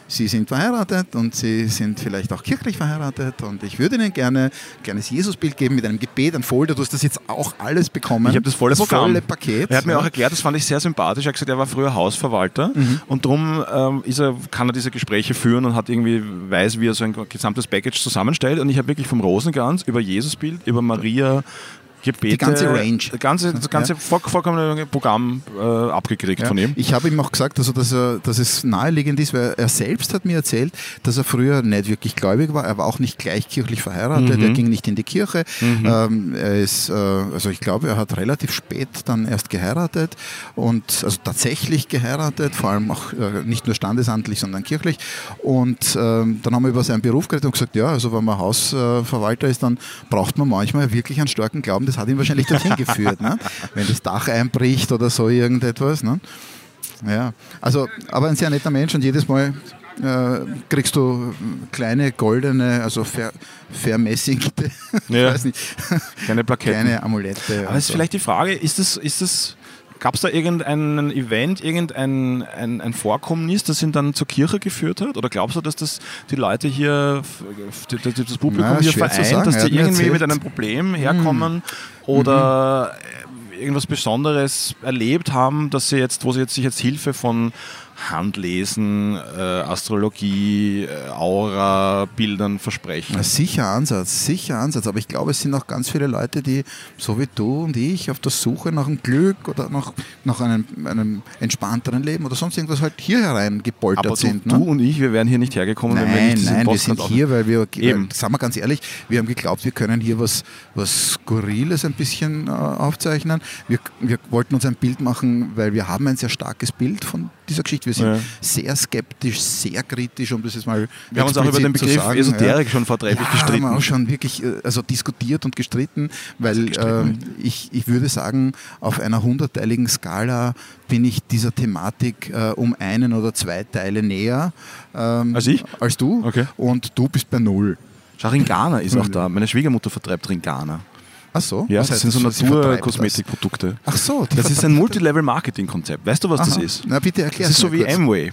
Sie sind verheiratet und Sie sind vielleicht auch kirchlich verheiratet und ich würde Ihnen gerne ein kleines Jesusbild geben mit einem Gebet, ein Folder. Du hast das jetzt auch alles bekommen.
Ich habe das volle Programm.
volle Paket.
Er hat mir
Ja.
auch erklärt, das fand ich sehr sympathisch. Er hat gesagt, er war früher Hausverwalter
Mhm.
und darum ähm, ist er, kann er diese Gespräche führen und hat irgendwie weiß, wie er so ein gesamtes Package zusammenstellt. Und ich habe wirklich vom Rosenkranz über Jesusbild, über Maria Gebete,
Die ganze Range.
das ganze, das ganze voll, vollkommene Programm äh, abgekriegt von ihm.
Ich habe ihm auch gesagt, also dass, er, dass es naheliegend ist, weil er selbst hat mir erzählt, dass er früher nicht wirklich gläubig war. Er war auch nicht gleichkirchlich verheiratet,
Mhm.
er ging nicht in die Kirche. Ähm, er ist, äh, also ich glaube, er hat relativ spät dann erst geheiratet und also tatsächlich geheiratet, vor allem auch äh, nicht nur standesamtlich, sondern kirchlich. Und ähm, dann haben wir über seinen Beruf geredet und gesagt, ja, also wenn man Hausverwalter ist, dann braucht man manchmal wirklich einen starken Glauben. Das hat ihn wahrscheinlich dorthin geführt, ne? wenn das Dach einbricht oder so irgendetwas. Ne? Ja, also, aber ein sehr netter Mensch und jedes Mal äh, kriegst du kleine goldene, also ver, vermessigte,
Ja.
ich weiß nicht,
Keine Plaketten.
kleine Amulette.
Aber
und
es ist
so.
vielleicht die Frage, ist es, ist es, gab es da irgendein Event, irgendein ein, ein Vorkommnis, das ihn dann zur Kirche geführt hat? Oder glaubst du, dass das die Leute hier, f- die- die- das Publikum
Na,
hier
schwer zu
vereint,
sagen. Er
dass
hat
die
mir
irgendwie mit
erzählt. Hm.
einem Problem herkommen
Mhm.
oder äh, irgendwas Besonderes erlebt haben, dass sie jetzt, wo sie jetzt sich jetzt Hilfe von Handlesen, äh, Astrologie, äh, Aura, Bildern versprechen.
Sicher Ansatz, sicher Ansatz. Aber ich glaube, es sind auch ganz viele Leute, die, so wie du und ich, auf der Suche nach dem Glück oder nach, nach einem, einem entspannteren Leben oder sonst irgendwas halt hier hereingeboltert
Aber du,
sind.
du und ich, wir wären hier nicht hergekommen, wenn wir
ne? Nein,
nicht diesen
nein, wir
Podcast
sind hier, weil wir,
Eben.
weil, sagen wir ganz ehrlich, wir haben geglaubt, wir können hier was, was Skurriles ein bisschen äh, aufzeichnen. Wir, wir wollten uns ein Bild machen, weil wir haben ein sehr starkes Bild von dieser Geschichte. Wir sind
Ja.
sehr skeptisch, sehr kritisch, um das jetzt mal
Wir haben uns auch über
explizit
den
zu
Begriff
sagen,
Esoterik schon vortrefflich
ja,
gestritten.
haben wir auch schon wirklich äh, also diskutiert und gestritten, weil ähm, ich, ich würde sagen, auf einer hunderteiligen Skala bin ich dieser Thematik äh, um einen oder zwei Teile näher. ähm,
Als ich?
Als du.
Okay.
Und du bist bei null.
Schau, Ringana ist auch da. Meine Schwiegermutter vertreibt Ringana.
Ach so?
Hm. Ja,
Was
das sind
heißt
so
Sie vertreibt
Naturkosmetikprodukte.
Das. Ach so. die
Das ist
vertreibt-
ein Multilevel-Marketing-Konzept. Weißt du, was das
Aha.
ist?
Na bitte erklär
Das ist so wie Amway.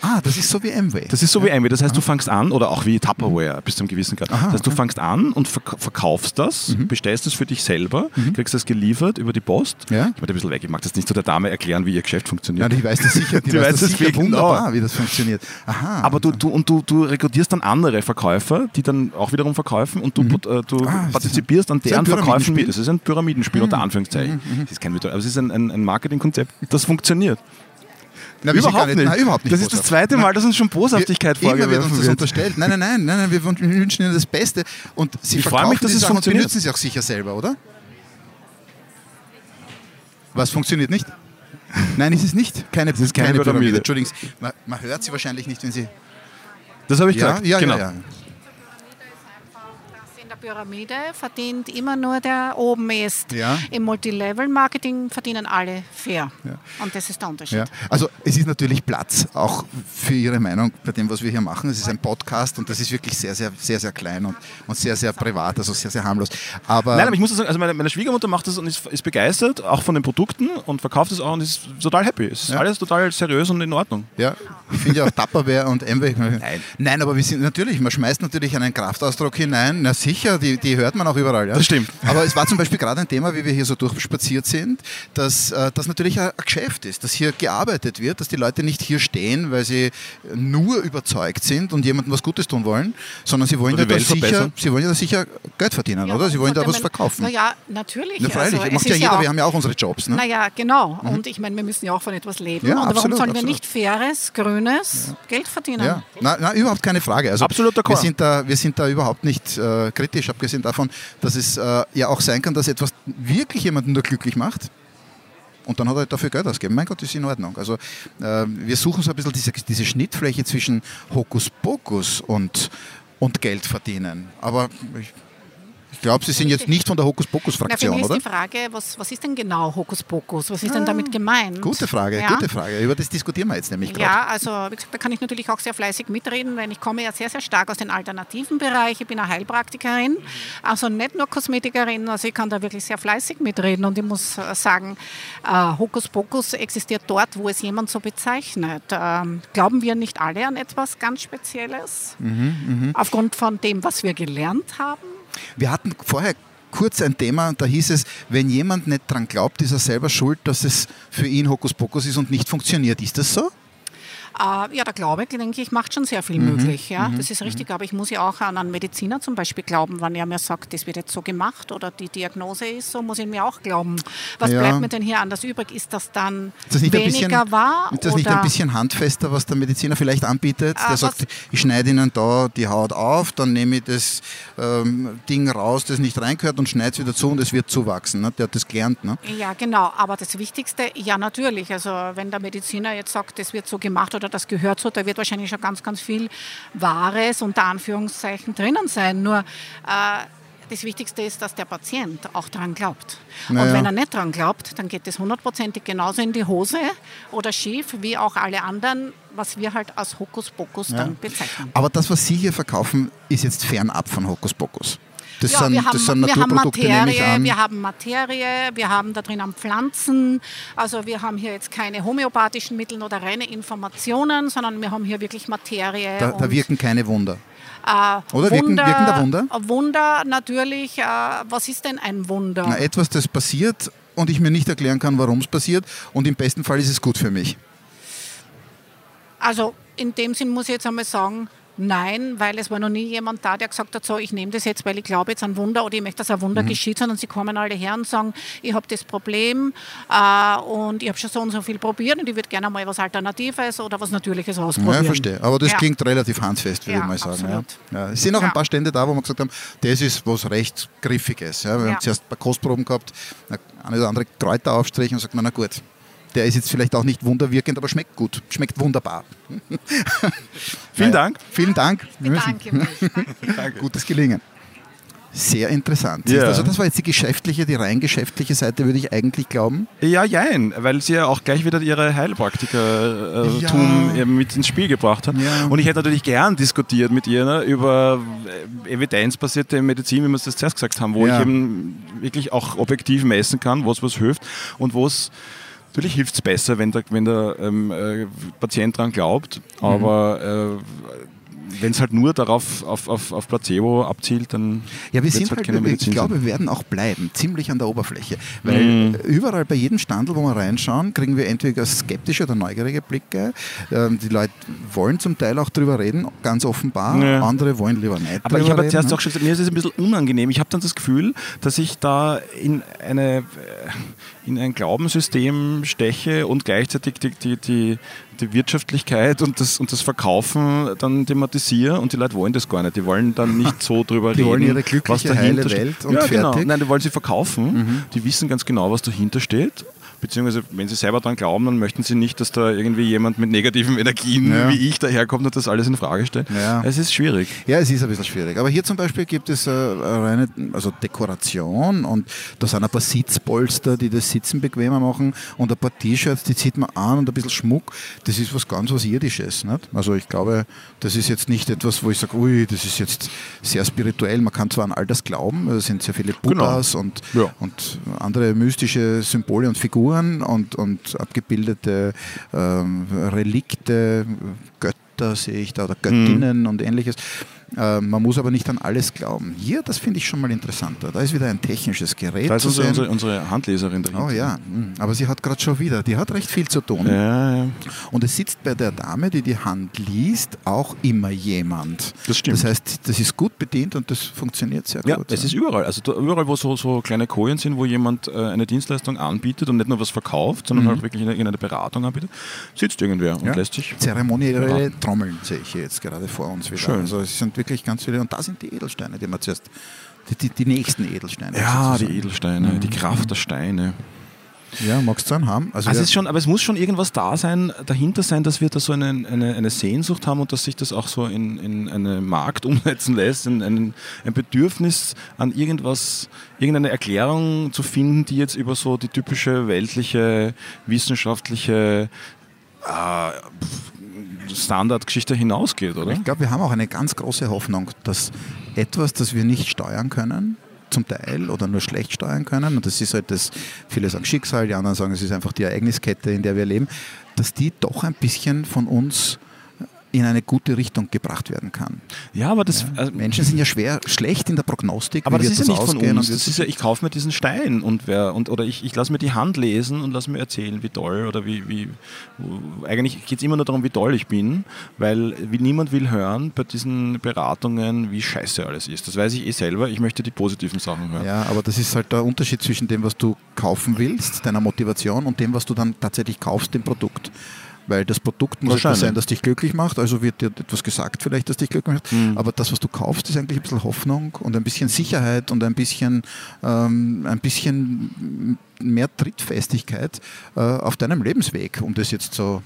Ah, das ist so wie Amway.
Das ist so wie Amway. Das heißt, du fängst an, oder auch wie Tupperware bis zu einem gewissen Grad. Das heißt, du fängst an und verk verkaufst das, bestellst es für dich selber, kriegst das geliefert über die Post.
Ja.
Ich werde ein bisschen weg. Ich mag das nicht zu der Dame erklären, wie ihr Geschäft
ja,
funktioniert.
die weiß das sicher. Die,
Die weiß
weiß das
das
sicher
genau.
wunderbar, wie das funktioniert. Aha.
aber du, du, und du, du rekrutierst dann andere Verkäufer, die dann auch wiederum verkaufen und du, put- äh, du
Ah, ist
partizipierst an
das ein
deren Verkäufen
Pyramidenspiel? Mhm.
mit. Das ist ein Pyramidenspiel unter Anführungszeichen. Es ist kein Virtual, aber es ist ein, ein, ein Marketingkonzept, das funktioniert.
Na, wir sind gar
nicht.
Nein, überhaupt nicht.
Das ist das
Botschaft.
zweite Mal, dass uns schon Boshaftigkeit
wir, immer wird uns
vorgeworfen
das
wird.
unterstellt. Nein, nein, nein, nein, nein, wir wün- wünschen Ihnen das Beste. Und Sie
Ich freue
verkaufen
mich, dass
die
es
Sachen und
funktioniert.
benutzen sie auch sicher selber, oder? Was funktioniert nicht? Nein, ist es nicht. Keine, es ist
keine Pyramide.
Entschuldigung, man, man hört sie wahrscheinlich nicht, wenn sie...
Das habe ich
Ja,
gesagt.
ja,
genau.
ja, ja.
dass in der Pyramide verdient immer nur der oben ist.
Ja.
Im Multilevel-Marketing verdienen alle fair. Und das ist der Unterschied.
Ja. Also es ist natürlich Platz auch für Ihre Meinung bei dem, was wir hier machen. Es ist ein Podcast und das ist wirklich sehr, sehr, sehr, sehr klein und, und sehr, sehr privat, also sehr, sehr harmlos. Aber,
Nein, aber ich muss sagen, also meine, meine Schwiegermutter macht das und ist, ist begeistert, auch von den Produkten und verkauft es auch und ist total happy. Es ist
Ja.
alles total seriös und in Ordnung.
Ja, ich finde ja auch Tupperware und Amway.
Nein.
Nein, aber wir sind natürlich, man schmeißt natürlich einen Kraftausdruck hinein. Na sicher, die, die hört man auch überall. Ja?
Das stimmt.
Aber es war zum Beispiel gerade ein Thema, wie wir hier so durchspaziert sind, dass äh, das natürlich ein ein Geschäft ist, dass hier gearbeitet wird, dass die Leute nicht hier stehen, weil sie nur überzeugt sind und jemandem was Gutes tun wollen, sondern sie wollen,
Oder
ja
die
da
Welt
sicher,
verbessern.
sie wollen ja da sicher Geld verdienen, oder? Sie wollen da was verkaufen.
Naja, natürlich.
Na freilich,
Also, es
macht ja
ist
jeder,
auch-
wir haben ja auch unsere Jobs. Ne?
Naja, genau. Und ich meine, wir müssen ja auch von etwas leben.
Ja,
und warum
absolut,
sollen wir
absolut.
nicht faires, grünes Geld verdienen?
Ja, na, na, überhaupt keine Frage. Also
Absoluter
wir
Chor.
sind, da, wir sind da überhaupt nicht äh, kritisch, abgesehen davon, dass es äh, ja auch sein kann, dass etwas wirklich jemanden nur glücklich macht. Und dann hat er halt dafür Geld ausgegeben. Mein Gott, ist in Ordnung. Also äh, wir suchen so ein bisschen diese, diese Schnittfläche zwischen Hokuspokus und, und Geld verdienen. Aber ich, ich glaube, Sie sind jetzt nicht von der
Na, für
Hokuspokus-Fraktion,
mich ist
oder?
die Frage, was, was ist denn genau Hokuspokus? Was ist denn damit gemeint?
Gute Frage,
Ja?
gute Frage. Über das diskutieren wir jetzt nämlich gerade.
Ja, also wie gesagt, da kann ich natürlich auch sehr fleißig mitreden, weil ich komme ja sehr, sehr stark aus dem alternativen Bereich. Ich bin eine Heilpraktikerin, also nicht nur Kosmetikerin, also ich kann da wirklich sehr fleißig mitreden und ich muss äh, sagen, äh, Hokuspokus existiert dort, wo es jemand so bezeichnet. Ähm, glauben wir nicht alle an etwas ganz Spezielles? Aufgrund von dem, was wir gelernt haben?
Wir hatten vorher kurz ein Thema und da hieß es, wenn jemand nicht dran glaubt, ist er selber schuld, dass es für ihn Hokuspokus ist und nicht funktioniert. Ist das so?
Äh, ja, der Glaube, denke ich, macht schon sehr
Mhm.
viel möglich. Ja? Das ist richtig, aber ich muss ja auch an einen Mediziner zum Beispiel glauben, wenn er mir sagt, das wird jetzt so gemacht oder die Diagnose ist so, muss ich mir auch glauben. Was
Ja.
bleibt mir denn hier anders übrig? Ist das dann
Ist das nicht ein
weniger
bisschen,
wahr?
ist das nicht
oder
ein bisschen handfester, was der Mediziner vielleicht anbietet?
Ah,
der
was-
sagt, ich schneide Ihnen da die Haut auf, dann nehme ich das ähm, Ding raus, das nicht reingehört und schneide es wieder zu und es wird zuwachsen. Ne? Der hat das gelernt. Ne?
ja, genau. Aber das Wichtigste, ja natürlich. Also wenn der Mediziner jetzt sagt, das wird so gemacht oder das gehört so, da wird wahrscheinlich schon ganz, ganz viel Wahres unter Anführungszeichen drinnen sein. Nur äh, das Wichtigste ist, dass der Patient auch dran glaubt.
Naja.
Und wenn er nicht dran glaubt, dann geht es hundertprozentig genauso in die Hose oder schief, wie auch alle anderen, was wir halt als Hokuspokus dann bezeichnen.
Aber das, was Sie hier verkaufen, ist jetzt fernab von Hokuspokus. Das,
ja,
sind,
wir haben,
das sind
wir haben
Naturprodukte, nehme ich
Materie,
an.
wir haben Materie, wir haben da drin am Pflanzen. Also wir haben hier jetzt keine homöopathischen Mittel oder reine Informationen, sondern wir haben hier wirklich Materie.
da, da
und,
wirken keine Wunder.
äh,
Oder wirken-
Wunder,
wirken da Wunder?
Wunder natürlich. Äh, was ist denn ein Wunder?
Na, etwas, das passiert und ich mir nicht erklären kann, warum es passiert und im besten Fall ist es gut für mich.
Also in dem Sinn muss ich jetzt einmal sagen, Nein, weil es war noch nie jemand da, der gesagt hat, so, ich nehme das jetzt, weil ich glaube jetzt an Wunder oder ich möchte, dass ein Wunder mhm. geschieht, sondern sie kommen alle her und sagen, ich habe das Problem äh, und ich habe schon so und so viel probiert und ich würde gerne mal was Alternatives oder was Natürliches ausprobieren.
Ja, verstehe. Aber das
Ja.
klingt relativ handfest, würde
Ja,
ich mal sagen. Ja.
absolut.
Ja. Es sind auch
Ja.
ein paar Stände da, wo wir gesagt haben, das ist was recht Griffiges. Ja. Wir
Ja.
haben zuerst ein paar Kostproben gehabt, eine oder andere Kräuter aufstrichen und sagt man, na gut, der ist jetzt vielleicht auch nicht wunderwirkend, aber schmeckt gut, schmeckt wunderbar.
Vielen
Ja.
Dank.
Vielen Dank. Wir müssen-
Danke. mich.
Gutes Gelingen. Sehr interessant.
Ja.
Also das war jetzt die geschäftliche, die rein geschäftliche Seite, würde ich eigentlich glauben.
Ja, jein, weil sie ja auch gleich wieder ihre Heilpraktiker-Tum
Ja.
äh, Tum eben mit ins Spiel gebracht hat.
Ja.
Und ich hätte natürlich gern diskutiert mit ihr ne, über äh, evidenzbasierte Medizin, wie wir es das zuerst gesagt haben, wo
Ja.
ich eben wirklich auch objektiv messen kann, was was hilft und wo es Natürlich hilft es besser, wenn der, wenn der ähm, äh, Patient dran glaubt,
Mhm.
aber äh, wenn es halt nur darauf auf, auf, auf Placebo abzielt, dann
Ja, wir
wird's
sind halt, ich
sein. Mhm.
glaube, wir werden auch bleiben, ziemlich an der Oberfläche. Weil überall bei jedem Standel, wo wir reinschauen, kriegen wir entweder skeptische oder neugierige Blicke. Ähm, die Leute wollen zum Teil auch drüber reden, ganz offenbar.
Ja.
Andere wollen lieber nicht.
Aber
drüber
ich habe
reden,
zuerst
ne?
auch schon gesagt, mir ist es ein bisschen unangenehm. Ich habe dann das Gefühl, dass ich da in, eine, äh, in ein Glaubenssystem steche und gleichzeitig die, die, die, die Wirtschaftlichkeit und das, und das Verkaufen dann thematisiere und die Leute wollen das gar nicht. Die wollen dann nicht so drüber
Die
reden.
wollen ihre glückliche,
was dahinter
heile
steht.
Welt und
ja, genau.
fertig. Mhm.
Nein, die wollen sie verkaufen. Die wissen ganz genau, was dahinter steht. Beziehungsweise, wenn sie selber dran glauben, dann möchten sie nicht, dass da irgendwie jemand mit negativen Energien
Ja.
wie ich daherkommt und das alles in Frage stellt.
Ja.
Es ist schwierig.
Ja, es ist ein bisschen schwierig. Aber hier zum Beispiel gibt es äh, reine also Dekoration und da sind ein paar Sitzpolster, die das Sitzen bequemer machen und ein paar T-Shirts, die zieht man an und ein bisschen Schmuck. Das ist was ganz was Irdisches. Nicht? Also ich glaube, das ist jetzt nicht etwas, wo ich sage, ui, das ist jetzt sehr spirituell. Man kann zwar an all das glauben, es sind sehr viele Buddhas und,
Ja.
und andere mystische Symbole und Figuren und, und abgebildete ähm, Relikte, Götter sehe ich da oder
Mhm.
Göttinnen und ähnliches. Ähm, man muss aber nicht an alles glauben. Hier, das finde ich schon mal interessanter. Da ist wieder ein technisches Gerät.
Da ist
zu
unsere,
sehen.
unsere, unsere Handleserin dahinter.
Oh ja, mhm. aber sie hat gerade schon wieder, die hat recht viel zu tun.
Oh, Ja, ja.
Und es sitzt bei der Dame, die die Hand liest, auch immer jemand.
Das stimmt.
Das heißt, das ist gut bedient und das funktioniert sehr
ja
gut.
es ist überall. Also da, überall, wo so, so kleine Kojen sind, wo jemand äh, eine Dienstleistung anbietet und nicht nur was verkauft, sondern halt wirklich eine, irgendeine Beratung anbietet, sitzt irgendwer und
Ja.
lässt sich.
Zeremonielle
Beraten.
Trommeln sehe ich hier jetzt gerade vor uns wieder.
Schön.
Also es sind wirklich ganz viele. Und da sind die Edelsteine, die man zuerst, die, die, die nächsten Edelsteine.
Ja, die
sozusagen.
Edelsteine, die Kraft der Steine.
Ja, magst du einen haben? Also,
Also
wir-
es ist schon, aber es muss schon irgendwas da sein, dahinter sein, dass wir da so eine, eine, eine Sehnsucht haben und dass sich das auch so in, in einen Markt umsetzen lässt, in, einen, ein Bedürfnis an irgendwas, irgendeine Erklärung zu finden, die jetzt über so die typische weltliche, wissenschaftliche äh, Standardgeschichte hinausgeht, oder?
Ich glaube, wir haben auch eine ganz große Hoffnung, dass etwas, das wir nicht steuern können, zum Teil oder nur schlecht steuern können, und das ist halt das, viele sagen Schicksal, die anderen sagen, es ist einfach die Ereigniskette, in der wir leben, dass die doch ein bisschen von uns in eine gute Richtung gebracht werden kann.
Ja, aber das, also,
Menschen sind ja schwer schlecht in der Prognostik,
Aber
wie
das
wird
ist ja nicht von
ausgehen
uns.
und
Das ist ja, ich kaufe mir diesen Stein und wer und oder ich, ich lasse mir die Hand lesen und lasse mir erzählen, wie toll oder wie, wie eigentlich geht es immer nur darum, wie toll ich bin, weil wie niemand will hören bei diesen Beratungen, wie scheiße alles ist. Das weiß ich eh selber. Ich möchte die positiven Sachen hören.
Ja, aber das ist halt der Unterschied zwischen dem, was du kaufen willst, deiner Motivation und dem, was du dann tatsächlich kaufst, dem Produkt. Weil das Produkt muss etwas
Wahrscheinlich.
sein, das dich glücklich macht, also wird dir etwas gesagt vielleicht, das dich glücklich macht,
Mhm.
aber das, was du kaufst, ist eigentlich ein bisschen Hoffnung und ein bisschen Sicherheit und ein bisschen, ähm, ein bisschen mehr Trittfestigkeit äh, auf deinem Lebensweg, um das jetzt so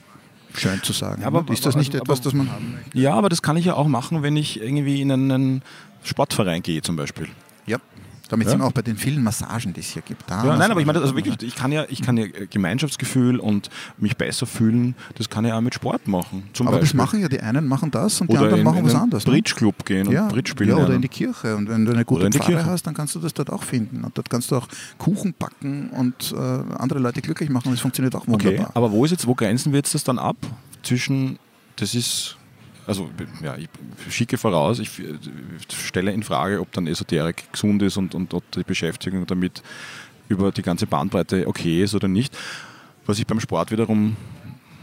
schön zu sagen.
Ja, aber-
ist das
aber-
nicht
also-
etwas,
aber-
das man haben möchte?
Ja, aber das kann ich ja auch machen, wenn ich irgendwie in einen Sportverein gehe zum Beispiel.
Ja. Damit
Ja.
sind wir auch bei den vielen Massagen, die es hier gibt. Da
Ja,
muss
nein, aber
Ah, man-
ich meine, also wirklich, ich kann ja, ich kann ja Gemeinschaftsgefühl und mich besser fühlen, das kann ich auch mit Sport machen. Zum
Aber das
Beispiel.
machen ja die einen machen das und die
äh, oder
anderen
in,
machen
in
was
einen
anderes. ne?
Bridge-Club gehen
ja,
und Bridge spielen.
ja, oder
lernen.
in die Kirche. Und wenn du eine
Oder
gute
in die
Pfarre
Kirche.
hast, dann kannst du das dort auch finden. Und dort kannst du auch Kuchen backen und äh, andere Leute glücklich machen. Und es funktioniert auch
Okay,
wunderbar.
aber wo ist jetzt, wo grenzen wir jetzt das dann ab? Zwischen, das ist, also ja, ich schicke voraus, ich äh, stelle in Frage, ob dann Esoterik gesund ist und, und ob die Beschäftigung damit über die ganze Bandbreite okay ist oder nicht. Was ich beim Sport wiederum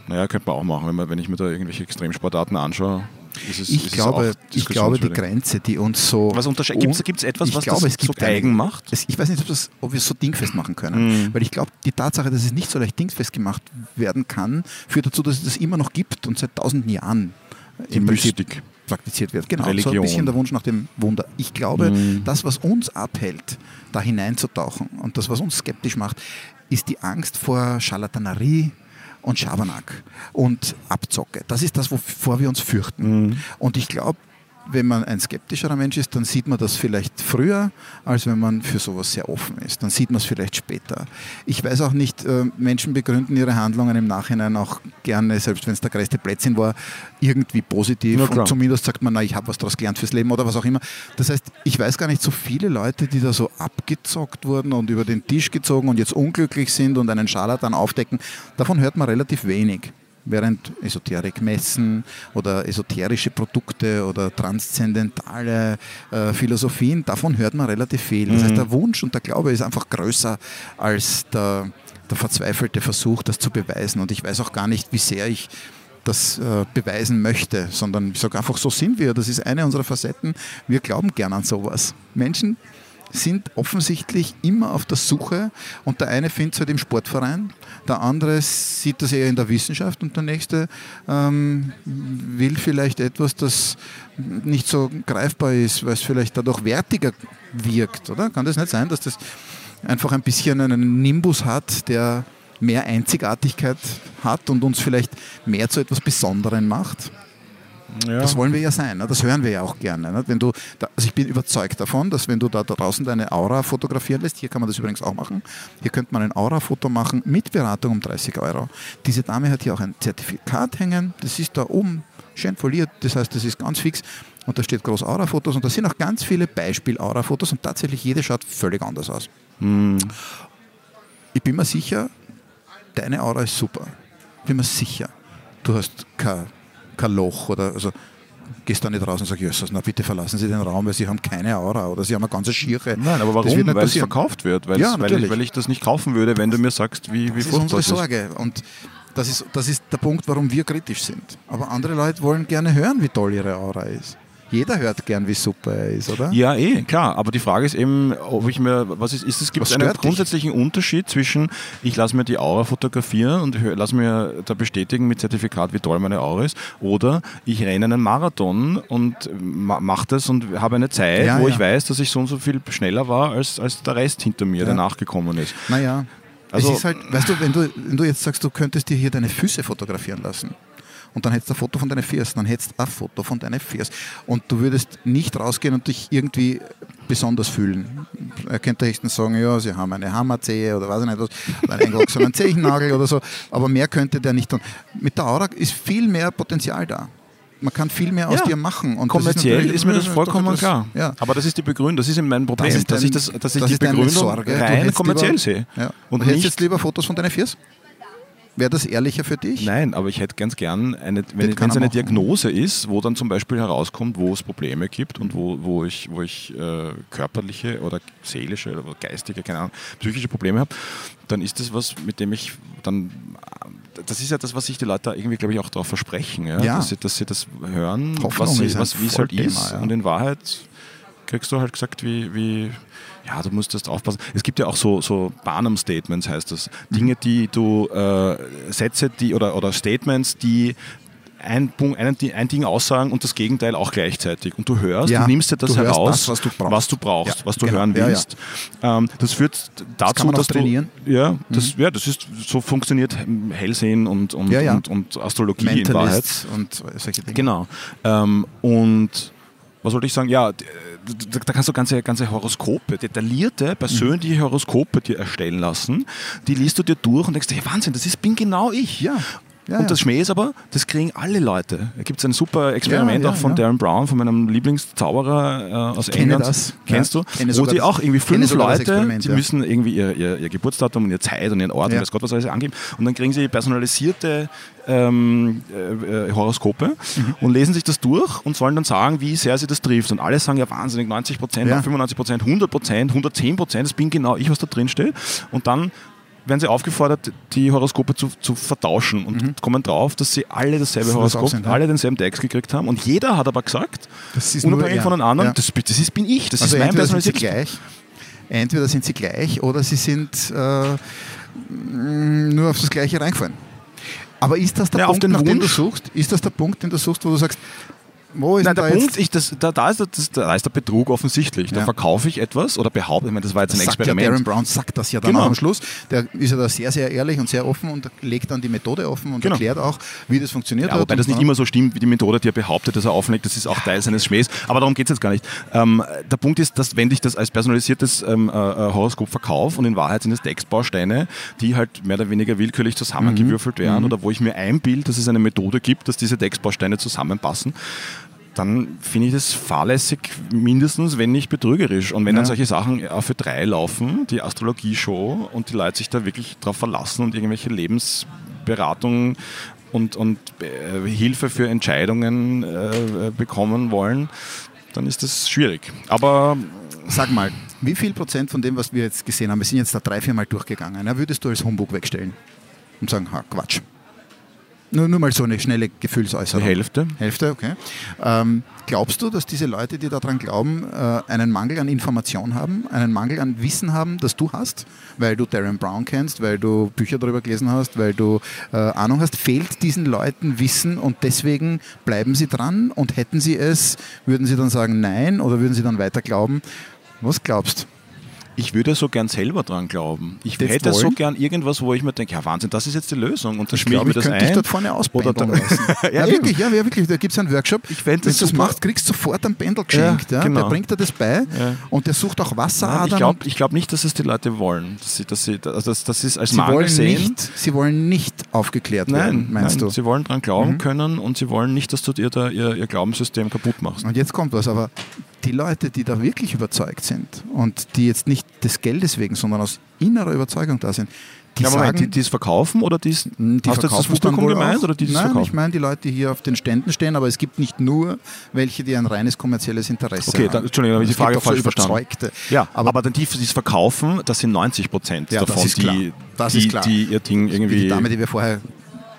Naja, könnte man auch machen, wenn, man, wenn ich mir da irgendwelche Extremsportarten anschaue. Ist es,
Ich
ist es
glaube,
auch
ich glaube, die
diskussionswürdig.
Grenze, die uns so. um-
Was untersche- gibt's- gibt's etwas,
Ich
was
glaube,
das
es gibt
so
eine-
eigen macht? Mhm.
Es, ich weiß nicht, ob, das, ob wir es so dingfest machen können. Weil ich glaube, die Tatsache, dass es nicht so leicht dingfest gemacht werden kann, führt dazu, dass es das immer noch gibt und seit tausenden Jahren
Die
im Prinzip
Mystik.
praktiziert wird. Genau, so ein
Religion.
bisschen der Wunsch nach dem Wunder. Ich glaube,
Mhm.
das, was uns abhält, da hineinzutauchen und das, was uns skeptisch macht, ist die Angst vor Scharlatanerie und Schabernack und Abzocke. Das ist das, wovor wir uns fürchten.
Mhm.
Und ich glaube, wenn man ein skeptischerer Mensch ist, dann sieht man das vielleicht früher, als wenn man für sowas sehr offen ist. Dann sieht man es vielleicht später. Ich weiß auch nicht, äh, Menschen begründen ihre Handlungen im Nachhinein auch gerne, selbst wenn es der größte Plätzchen war, irgendwie positiv.
Na
und
klar.
zum zumindest sagt man, na, ich habe was daraus gelernt fürs Leben oder was auch immer. Das heißt, ich weiß gar nicht so viele Leute, die da so abgezockt wurden und über den Tisch gezogen und jetzt unglücklich sind und einen Scharlatan aufdecken. Davon hört man relativ wenig. Während Esoterikmessen oder esoterische Produkte oder transzendentale äh, Philosophien, davon hört man relativ viel. Das heißt, der Wunsch und der Glaube ist einfach größer als der, der verzweifelte Versuch, das zu beweisen. Und ich weiß auch gar nicht, wie sehr ich das äh, beweisen möchte, sondern ich sage einfach, so sind wir. Das ist eine unserer Facetten. Wir glauben gern an sowas. Menschen sind offensichtlich immer auf der Suche und der eine findet es halt im Sportverein, der andere sieht das eher in der Wissenschaft und der nächste ähm, will vielleicht etwas, das nicht so greifbar ist, weil es vielleicht dadurch wertiger wirkt, oder? Kann das nicht sein, dass das einfach ein bisschen einen Nimbus hat, der mehr Einzigartigkeit hat und uns vielleicht mehr zu etwas Besonderem macht.
Ja.
Das wollen wir ja sein, ne? das hören wir ja auch gerne. Ne? Wenn du da, also ich bin überzeugt davon, dass wenn du da draußen deine Aura fotografieren lässt, hier kann man das übrigens auch machen, hier könnte man ein Aura-Foto machen mit Beratung um 30 Euro. Diese Dame hat hier auch ein Zertifikat hängen, das ist da oben schön foliert, das heißt, das ist ganz fix und da steht groß Aura-Fotos und da sind auch ganz viele Beispiel-Aura-Fotos und tatsächlich jede schaut völlig anders aus. Ich bin mir sicher, deine Aura ist super. Bin mir sicher. Du hast kein, kein Loch oder also gehst da nicht raus und sagst, Jesus, na bitte verlassen Sie den Raum, weil Sie haben keine Aura oder Sie haben eine ganze Schirche.
Nein, aber warum?
Das wird nicht
Weil es
passieren.
verkauft wird. Weil,
Ja,
es, weil,
natürlich.
ich, weil ich das nicht kaufen würde, wenn du mir sagst, wie, wie
Das ist
furchtbar
unsere
es ist.
Sorge ne? und das ist, das ist der Punkt, warum wir kritisch sind. Aber andere Leute wollen gerne hören, wie toll ihre Aura ist. Jeder hört gern, wie super er ist, oder?
Ja, eh, klar. Aber die Frage ist eben, ob ich mir, was ist, ist es, gibt
Was
es einen
stört dich?
grundsätzlichen Unterschied zwischen, ich lasse mir die Aura fotografieren und hö- lasse mir da bestätigen mit Zertifikat, wie toll meine Aura ist, oder ich renne einen Marathon und ma mache das und habe eine Zeit,
Ja,
wo
ja.
ich weiß, dass ich so und so viel schneller war, als, als der Rest hinter mir, der nachgekommen ist.
Naja, also
Also-
es ist halt, weißt du wenn, du, wenn du jetzt sagst, du könntest dir hier deine Füße fotografieren lassen und dann hättest du ein Foto von deinen Füßen, dann hättest du ein Foto von deinen Füßen und du würdest nicht rausgehen und dich irgendwie besonders fühlen. Er könnte höchstens sagen, ja, sie haben eine Hammerzehe oder weiß ich nicht was, oder einen eingewachsenen Zehennagel oder so, aber mehr könnte der nicht tun. Mit der Aura ist viel mehr Potenzial da. Man kann viel mehr aus
Ja.
dir machen. Und das
Kommerziell ist,
natürlich-
mir das vollkommen
das-
klar.
Ja.
Aber das ist die Begründung, das ist eben mein Problem,
Das ist
dass
dein-
ich, das, dass ich
das
die
ist deine
Begründung
Sorge. Du
rein
hättest
kommerziell
lieber-
sehe.
Ja.
Und
Und hättest
nicht,
jetzt lieber Fotos von deinen Fiers? Wäre das ehrlicher für dich?
Nein, aber ich hätte ganz gern, eine, wenn
kann
es eine
er machen.
Diagnose ist, wo dann zum Beispiel herauskommt, wo es Probleme gibt und wo, wo ich, wo ich äh, körperliche oder seelische oder geistige, keine Ahnung, psychische Probleme habe, dann ist das was, mit dem ich dann. äh, Das ist ja das, was sich die Leute da irgendwie, glaube ich, auch darauf versprechen, ja?
Ja.
Dass, sie, dass sie das hören,
Hoffnung
was,
ist
sie,
ein
was, wie es halt
Vollthema,
ist.
ja.
Und in Wahrheit kriegst du halt gesagt, wie, wie ja, du musst jetzt aufpassen. Es gibt ja auch so, so Barnum-Statements, heißt das. Dinge, die du, äh, Sätze die, oder, oder Statements, die ein, Punkt, einen, die ein Ding aussagen und das Gegenteil auch gleichzeitig. Und du hörst,
Ja,
du nimmst dir das
du hörst
heraus,
das, was du brauchst.
was du, brauchst,
Ja,
was du
genau.
hören
Ja, ja.
willst. Ähm, das führt dazu,
kann man auch
dass
trainieren. Mhm.
du... Ja, das, ja, das ist, so funktioniert Hellsehen und, und,
Ja, ja.
und, und Astrologie in Wahrheit.
Mentalists und solche Dinge.
Genau. Ähm, und was wollte ich sagen? Ja, d- d- da, da kannst du ganze, ganze Horoskope, detaillierte,
Mhm.
persönliche Horoskope dir erstellen lassen. Die liest du dir durch und denkst, dir, hey, Wahnsinn, das ist, bin genau ich.
Ja. Ja,
und
ja.
das Schmäh ist aber, das kriegen alle Leute. Da gibt es ein super Experiment
Ja, ja,
auch von
ja.
Darren Brown, von meinem Lieblingszauberer äh, aus
kenne
England.
das.
Kennst
Ja,
du?
kenne
Wo
sogar
die
das-
auch irgendwie
kenne
fünf
sogar das
Leute,
Experiment,
die
ja.
müssen irgendwie ihr, ihr, ihr Geburtsdatum und ihre Zeit und ihren Ort
Ja.
und weiß Gott was alles angeben. Und dann kriegen sie personalisierte ähm, äh, äh, Horoskope
Mhm.
und lesen sich das durch und sollen dann sagen, wie sehr sie das trifft. Und alle sagen ja wahnsinnig 90 Prozent,
Ja.
95 Prozent, 100 Prozent, 110 Prozent, das bin genau ich, was da drin steht. Und dann werden sie aufgefordert, die Horoskope zu, zu vertauschen und kommen drauf, dass sie alle dasselbe
Mhm. Das muss auch
Horoskop,
sein, ja.
alle denselben Text gekriegt haben. Und jeder hat aber gesagt,
Das ist nur
unabhängig
er.
von den anderen,
Ja.
das, bin- das ist, bin ich, das
Also
ist mein
entweder sind sie
persönliches
gleich, entweder sind sie gleich oder sie sind äh, m, nur auf das Gleiche reingefallen. Aber ist das der
Ja, auf
Punkt,
den
nach dem du
Wunsch.
suchst? Ist das der Punkt, den du suchst, wo du sagst, wo ist
Nein,
denn
der
da
Punkt,
jetzt?
ich, das, da, da, ist der, das, da ist der Betrug offensichtlich. Da
Ja.
verkaufe ich etwas oder behaupte, ich meine, das war jetzt ein
Das sagt ja
Experiment.
Darren Brown sagt das ja dann
Genau.
auch am Schluss. Der ist ja da sehr, sehr ehrlich und sehr offen und legt dann die Methode offen und
Genau.
erklärt auch, wie das funktioniert
Ja,
hat.
wobei
und ne?
das nicht
dann-
immer so stimmt, wie die Methode, die er behauptet, dass er auflegt, das ist auch Teil seines Schmähs. Aber darum geht es jetzt gar nicht. Ähm, der Punkt ist, dass wenn ich das als personalisiertes ähm, äh, äh, Horoskop verkaufe und in Wahrheit sind es Textbausteine, die halt mehr oder weniger willkürlich zusammengewürfelt
Mhm.
werden oder wo ich mir einbilde, dass es eine Methode gibt, dass diese Textbausteine zusammenpassen, dann finde ich das fahrlässig mindestens, wenn nicht betrügerisch. Und wenn dann solche Sachen auf für drei laufen, die Astrologie-Show, und die Leute sich da wirklich drauf verlassen und irgendwelche Lebensberatungen und, und äh, Hilfe für Entscheidungen äh, äh, bekommen wollen, dann ist das schwierig. Aber
Sag mal, wie viel Prozent von dem, was wir jetzt gesehen haben, wir sind jetzt da drei, vier Mal durchgegangen, ja, würdest du als Humbug wegstellen und sagen, ha, Quatsch. Nur, nur mal so eine schnelle Gefühlsäußerung.
die Hälfte,
Hälfte, okay. Ähm, glaubst du, dass diese Leute, die daran glauben, äh, einen Mangel an Information haben, einen Mangel an Wissen haben, das du hast, weil du Darren Brown kennst, weil du Bücher darüber gelesen hast, weil du äh, Ahnung hast? Fehlt diesen Leuten Wissen und deswegen bleiben sie dran und hätten sie es, würden sie dann sagen nein oder würden sie dann weiter glauben? Was glaubst
ich würde so gern selber dran glauben. Ich
Das
hätte so
wollen?
gern irgendwas, wo ich mir denke, ja Wahnsinn, das ist jetzt die Lösung. Und dann
Ich
schmiert
glaube,
mir
ich
das
könnte
ein.
dich dort vorne
Oder
auspendeln
da-
lassen.
Ja,
ja,
eben.
wirklich, ja, ja, wirklich. Da gibt es einen Workshop.
Ich fände
Wenn
das
du das
super.
machst, kriegst du sofort einen Pendel geschenkt.
Ja,
Ja,
genau.
Der bringt dir das bei
Ja.
und der sucht auch
Nein, ich
Wasseradern.
glaube ich glaub nicht, dass es die Leute wollen. Dass sie, dass sie, dass, dass, dass sie es als
sie,
Mangel
wollen
sehen.
nicht, sie wollen nicht aufgeklärt
Nein,
werden, meinst
nein,
du? Mhm.
sie wollen dran glauben können und sie wollen nicht, dass du dir da ihr, ihr Glaubenssystem kaputt machst.
Und jetzt kommt was, aber die Leute, die da wirklich überzeugt sind und die jetzt nicht des Geldes wegen, sondern aus innerer Überzeugung da sind, die
ja, Moment,
sagen, Hm,
die, die es verkaufen oder die es.
Die
hast du jetzt das
verkaufen es dann
Publikum
wohl
gemeint
auch.
oder die die es
Nein,
verkaufen?
ich meine die Leute, die hier auf den Ständen stehen, aber es gibt nicht nur welche, die ein reines kommerzielles Interesse
Okay,
haben. Also
dann, Entschuldigung, habe ich
Es
die Frage
gibt auch
falsch
so
verstanden.
Überzeugte.
Ja, aber,
aber,
dann die, die es verkaufen, das sind 90 Prozent
Ja, das
davon,
ist klar.
die,
Das
die,
ist klar.
die ihr Ding
wie
irgendwie.
die Dame, die wir vorher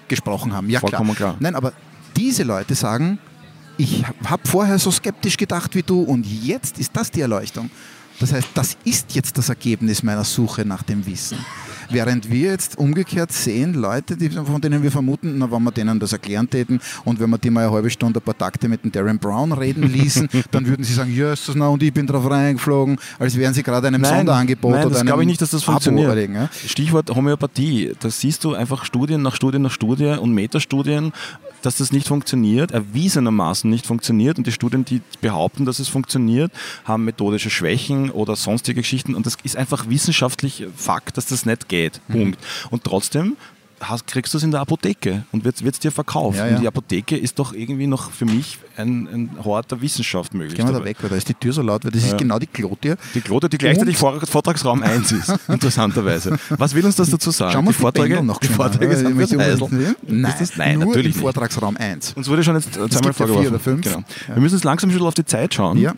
gesprochen haben. Ja,
Vollkommen
klar.
klar.
Nein, aber diese Leute sagen, ich habe vorher so skeptisch gedacht wie du und jetzt ist das die Erleuchtung. Das heißt, das ist jetzt das Ergebnis meiner Suche nach dem Wissen. Während wir jetzt umgekehrt sehen, Leute, die, von denen wir vermuten, na, wenn wir denen das erklären täten und wenn wir die mal eine halbe Stunde ein paar Takte mit dem Darren Brown reden ließen, dann würden sie sagen, Jesus, na und ich bin drauf reingeflogen, als wären sie gerade einem Sonderangebot
nein,
oder
das
einem
glaube ich nicht, dass das
Abo
funktioniert.
überlegen, ja?
Stichwort Homöopathie. Da siehst du einfach Studien nach Studien nach Studie und Metastudien, dass das nicht funktioniert, erwiesenermaßen nicht funktioniert. Und die Studien, die behaupten, dass es funktioniert, haben methodische Schwächen oder sonstige Geschichten. Und das ist einfach wissenschaftlich Fakt, dass das nicht geht.
Mhm.
Punkt. Und trotzdem hast, kriegst du es in der Apotheke und wird es dir verkauft.
Ja, ja.
Und die Apotheke ist doch irgendwie noch für mich ein, ein Hort der Wissenschaft möglich.
Gehen wir da
dabei.
weg, weil da ist die Tür so laut, weil das ist genau die Klotür.
Die Klote, die gleichzeitig
Und-
Vor Vortragsraum 1 ist, interessanterweise. Was will uns das dazu sagen?
Schauen wir uns die
Vorträge,
Bändel noch
die
schnell an,
Vorträge
oder?
sind
Möchte
für
ich
Eisel.
unbedingt-
Ist das- Nein,
nur
natürlich
im
nicht.
Vortragsraum 1.
Uns wurde schon jetzt zweimal
gibt ja vier
vorgeworfen.
oder fünf.
Genau.
Ja.
Wir müssen jetzt langsam ein bisschen auf die Zeit schauen.
Ja.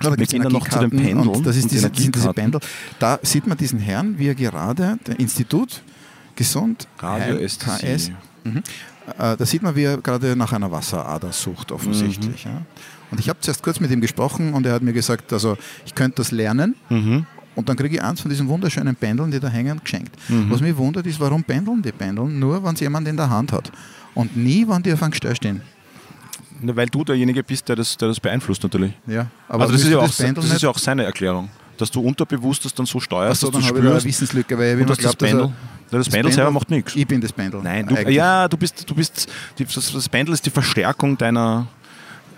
Da
Wir
gibt's
gehen dann noch zu den
Energiekarten
Pendeln
Und das ist
und
diese, sind diese
Energiekarten.
Pendel. Da sieht man diesen Herrn, wie er gerade, der Institut, gesund,
Radio
Heil,
ist
KS, äh, da sieht man, wie er gerade nach einer Wasserader sucht,
Mhm.
offensichtlich. Ja. Und ich habe zuerst kurz mit ihm gesprochen und er hat mir gesagt, also ich könnte das lernen.
Mhm.
Und dann kriege ich eins von diesen wunderschönen Pendeln, die da hängen, geschenkt.
Mhm.
Was mich wundert, ist, warum pendeln die Pendeln? Nur, wenn es jemand in der Hand hat. Und nie, wenn die auf einem Gestell stehen.
Na, ne, Weil du derjenige bist, der das, der das beeinflusst natürlich.
Ja,
Aber also das, ist
willst
ja
du
auch,
Pendeln
das
nicht?
ist ja auch seine Erklärung. Dass du unterbewusst das dann so
Ach
steuerst,
so,
dass
dann
du
habe ich da eine
spürst.
Wissenslücke, weil ich
Und
immer
dass das
glaubt, dass
Pendel,
er-
das, das Pendel selber macht nichts.
Ich bin das Pendel.
Nein, du,
eigentlich.
ja, du bist, du bist, die, das, das Pendel ist die Verstärkung deiner,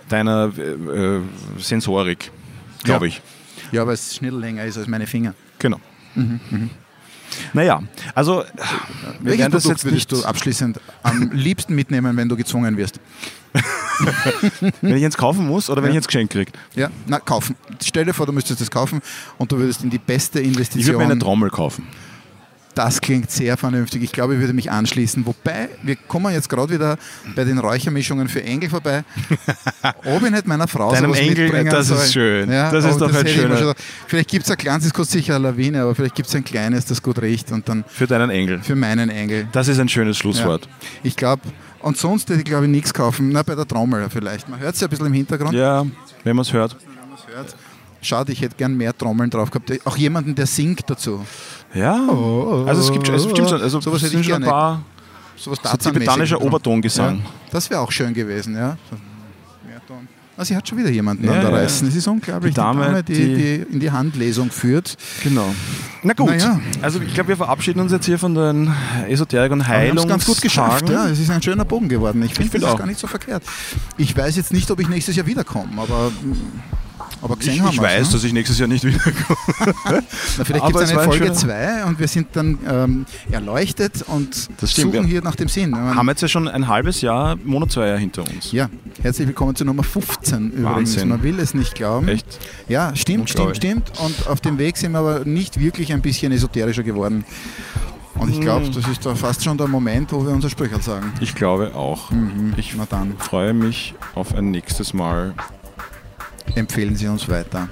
deiner äh, äh, Sensorik, glaube
Ja.
ich.
ja, weil es schnell länger ist als meine Finger.
Genau.
Mhm,
Naja, also äh, wir
Welches
werden das
Produkt
jetzt
würdest
nicht,
du abschließend am liebsten mitnehmen, wenn du gezwungen wirst?
wenn ich jetzt kaufen muss oder wenn ich jetzt geschenkt kriege.
hm? Ja, na, kaufen. Stell dir vor, du müsstest das kaufen und du würdest in die beste
Ich
Investition.
würde mir eine Trommel kaufen.
Das klingt sehr vernünftig. Ich glaube, ich würde mich anschließen. Wobei, wir kommen jetzt gerade wieder bei den Räuchermischungen für Engel vorbei. Ob ich nicht meiner Frau
Deinem
sowas
Engel,
mitbringen
das ist
soll.
schön. Das ist
aber
doch ein
hätte ich mir
schöner-
schon gedacht. Vielleicht gibt es ein kleines, das kostet sicher eine Lawine, aber vielleicht gibt es ein kleines, das gut riecht und dann
Für deinen Engel.
für meinen Engel.
Das ist ein schönes
Ja.
Schlusswort.
Ich glaube, und sonst hätte ich glaube ich nichts kaufen. Na, bei der Trommel vielleicht. Man hört es ja ein bisschen im Hintergrund.
Ja, wenn man es hört.
Schade, ich hätte gern mehr Trommeln drauf gehabt. Auch jemanden, der singt dazu.
Ja. Also es gibt schon, es stimmt schon, also
Oh, Sowas
es
hätte
sind
ich
schon ein
gerne.
paar
Sowas
so tibetanischer Obertongesang.
Das wäre auch schön gewesen, ja. So, mehr Ton. Ah, sie hat schon wieder jemanden
Ja,
an der
ja.
Reißen. Es ist unglaublich,
Die Dame,
die,
die-
die, in die Handlesung führt.
Genau. Na gut,
Na ja.
also ich glaube, wir verabschieden uns jetzt hier von den Esoterik- und
Wir
Heilungs
haben's ganz gut geschafft. Ja, es ist ein schöner Bogen geworden. Ich
Ich
finde,
find
das
auch.
ist gar nicht so verkehrt. Ich weiß jetzt nicht, ob ich nächstes Jahr wiederkomme, aber, aber gesehen
Ich,
haben
ich
wir's,
weiß,
ne? Mhm.
dass ich nächstes Jahr nicht wiederkomme.
Na, vielleicht
Aber
gibt es
es
eine
war ein
Folge
schöner-
2 und wir sind dann ähm, erleuchtet und
Das stimmt,
suchen
ja.
hier nach dem Sinn. Ich meine,
Haben jetzt ja schon ein halbes Jahr, Monat, zwei Jahre hinter uns.
Ja, herzlich willkommen zu Nummer 15 übrigens.
Wahnsinn.
Man will es nicht glauben.
Echt?
Ja, stimmt, stimmt,
Unglaublich.
stimmt. Und auf dem Weg sind wir aber nicht wirklich ein bisschen esoterischer geworden. Und ich
Hm.
glaube, das ist da fast schon der Moment, wo wir unser Sprüchel sagen.
Ich glaube auch.
Mhm.
Ich
Na dann,
freue mich auf ein nächstes Mal.
empfehlen Sie uns weiter.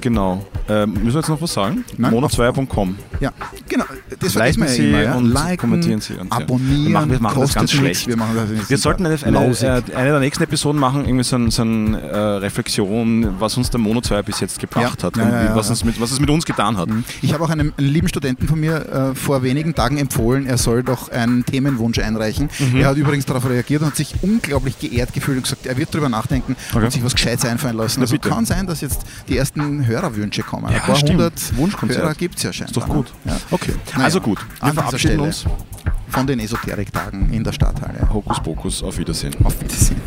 Genau. Ähm, müssen wir jetzt noch was sagen?
Nein.
Monat2.com.
Ja, genau. Das vergessen
Liken
wir ja
Sie
immer. Ja.
und kommentieren Sie und-
abonnieren,
Wir machen- wir machen das
kostet
ganz
nichts.
schlecht.
Wir, machen das nicht
Wir sollten eine, eine,
Lausig.
äh, eine der nächsten Episoden machen, irgendwie so, ein, so eine äh, Reflexion, was uns der Monat 2 bis jetzt gebracht
Ja.
hat
Ja,
und
ja,
wie-
ja, Mhm.
was,
ja.
Uns mit, was es mit uns getan hat.
Ich habe auch einem einen lieben Studenten von mir äh, vor wenigen Tagen empfohlen, er soll doch einen Themenwunsch einreichen.
Mhm.
Er hat übrigens darauf reagiert und hat sich unglaublich geehrt gefühlt und gesagt, er wird drüber nachdenken
Okay.
und sich was Gescheites einfallen lassen. also
bitte.
kann sein, dass jetzt die ersten Hörerwünsche kommen.
Ja,
Ein paar
stimmt.
hundert
Wunschkonzert.
Hörer gibt es ja scheinbar.
Ist doch gut.
ne? Ja.
Okay.
Naja,
also gut,
an
wir
dieser
verabschieden
Stelle
uns.
Von den Esoteriktagen in der Stadthalle.
Hokus Pokus, auf Wiedersehen.
Auf Wiedersehen.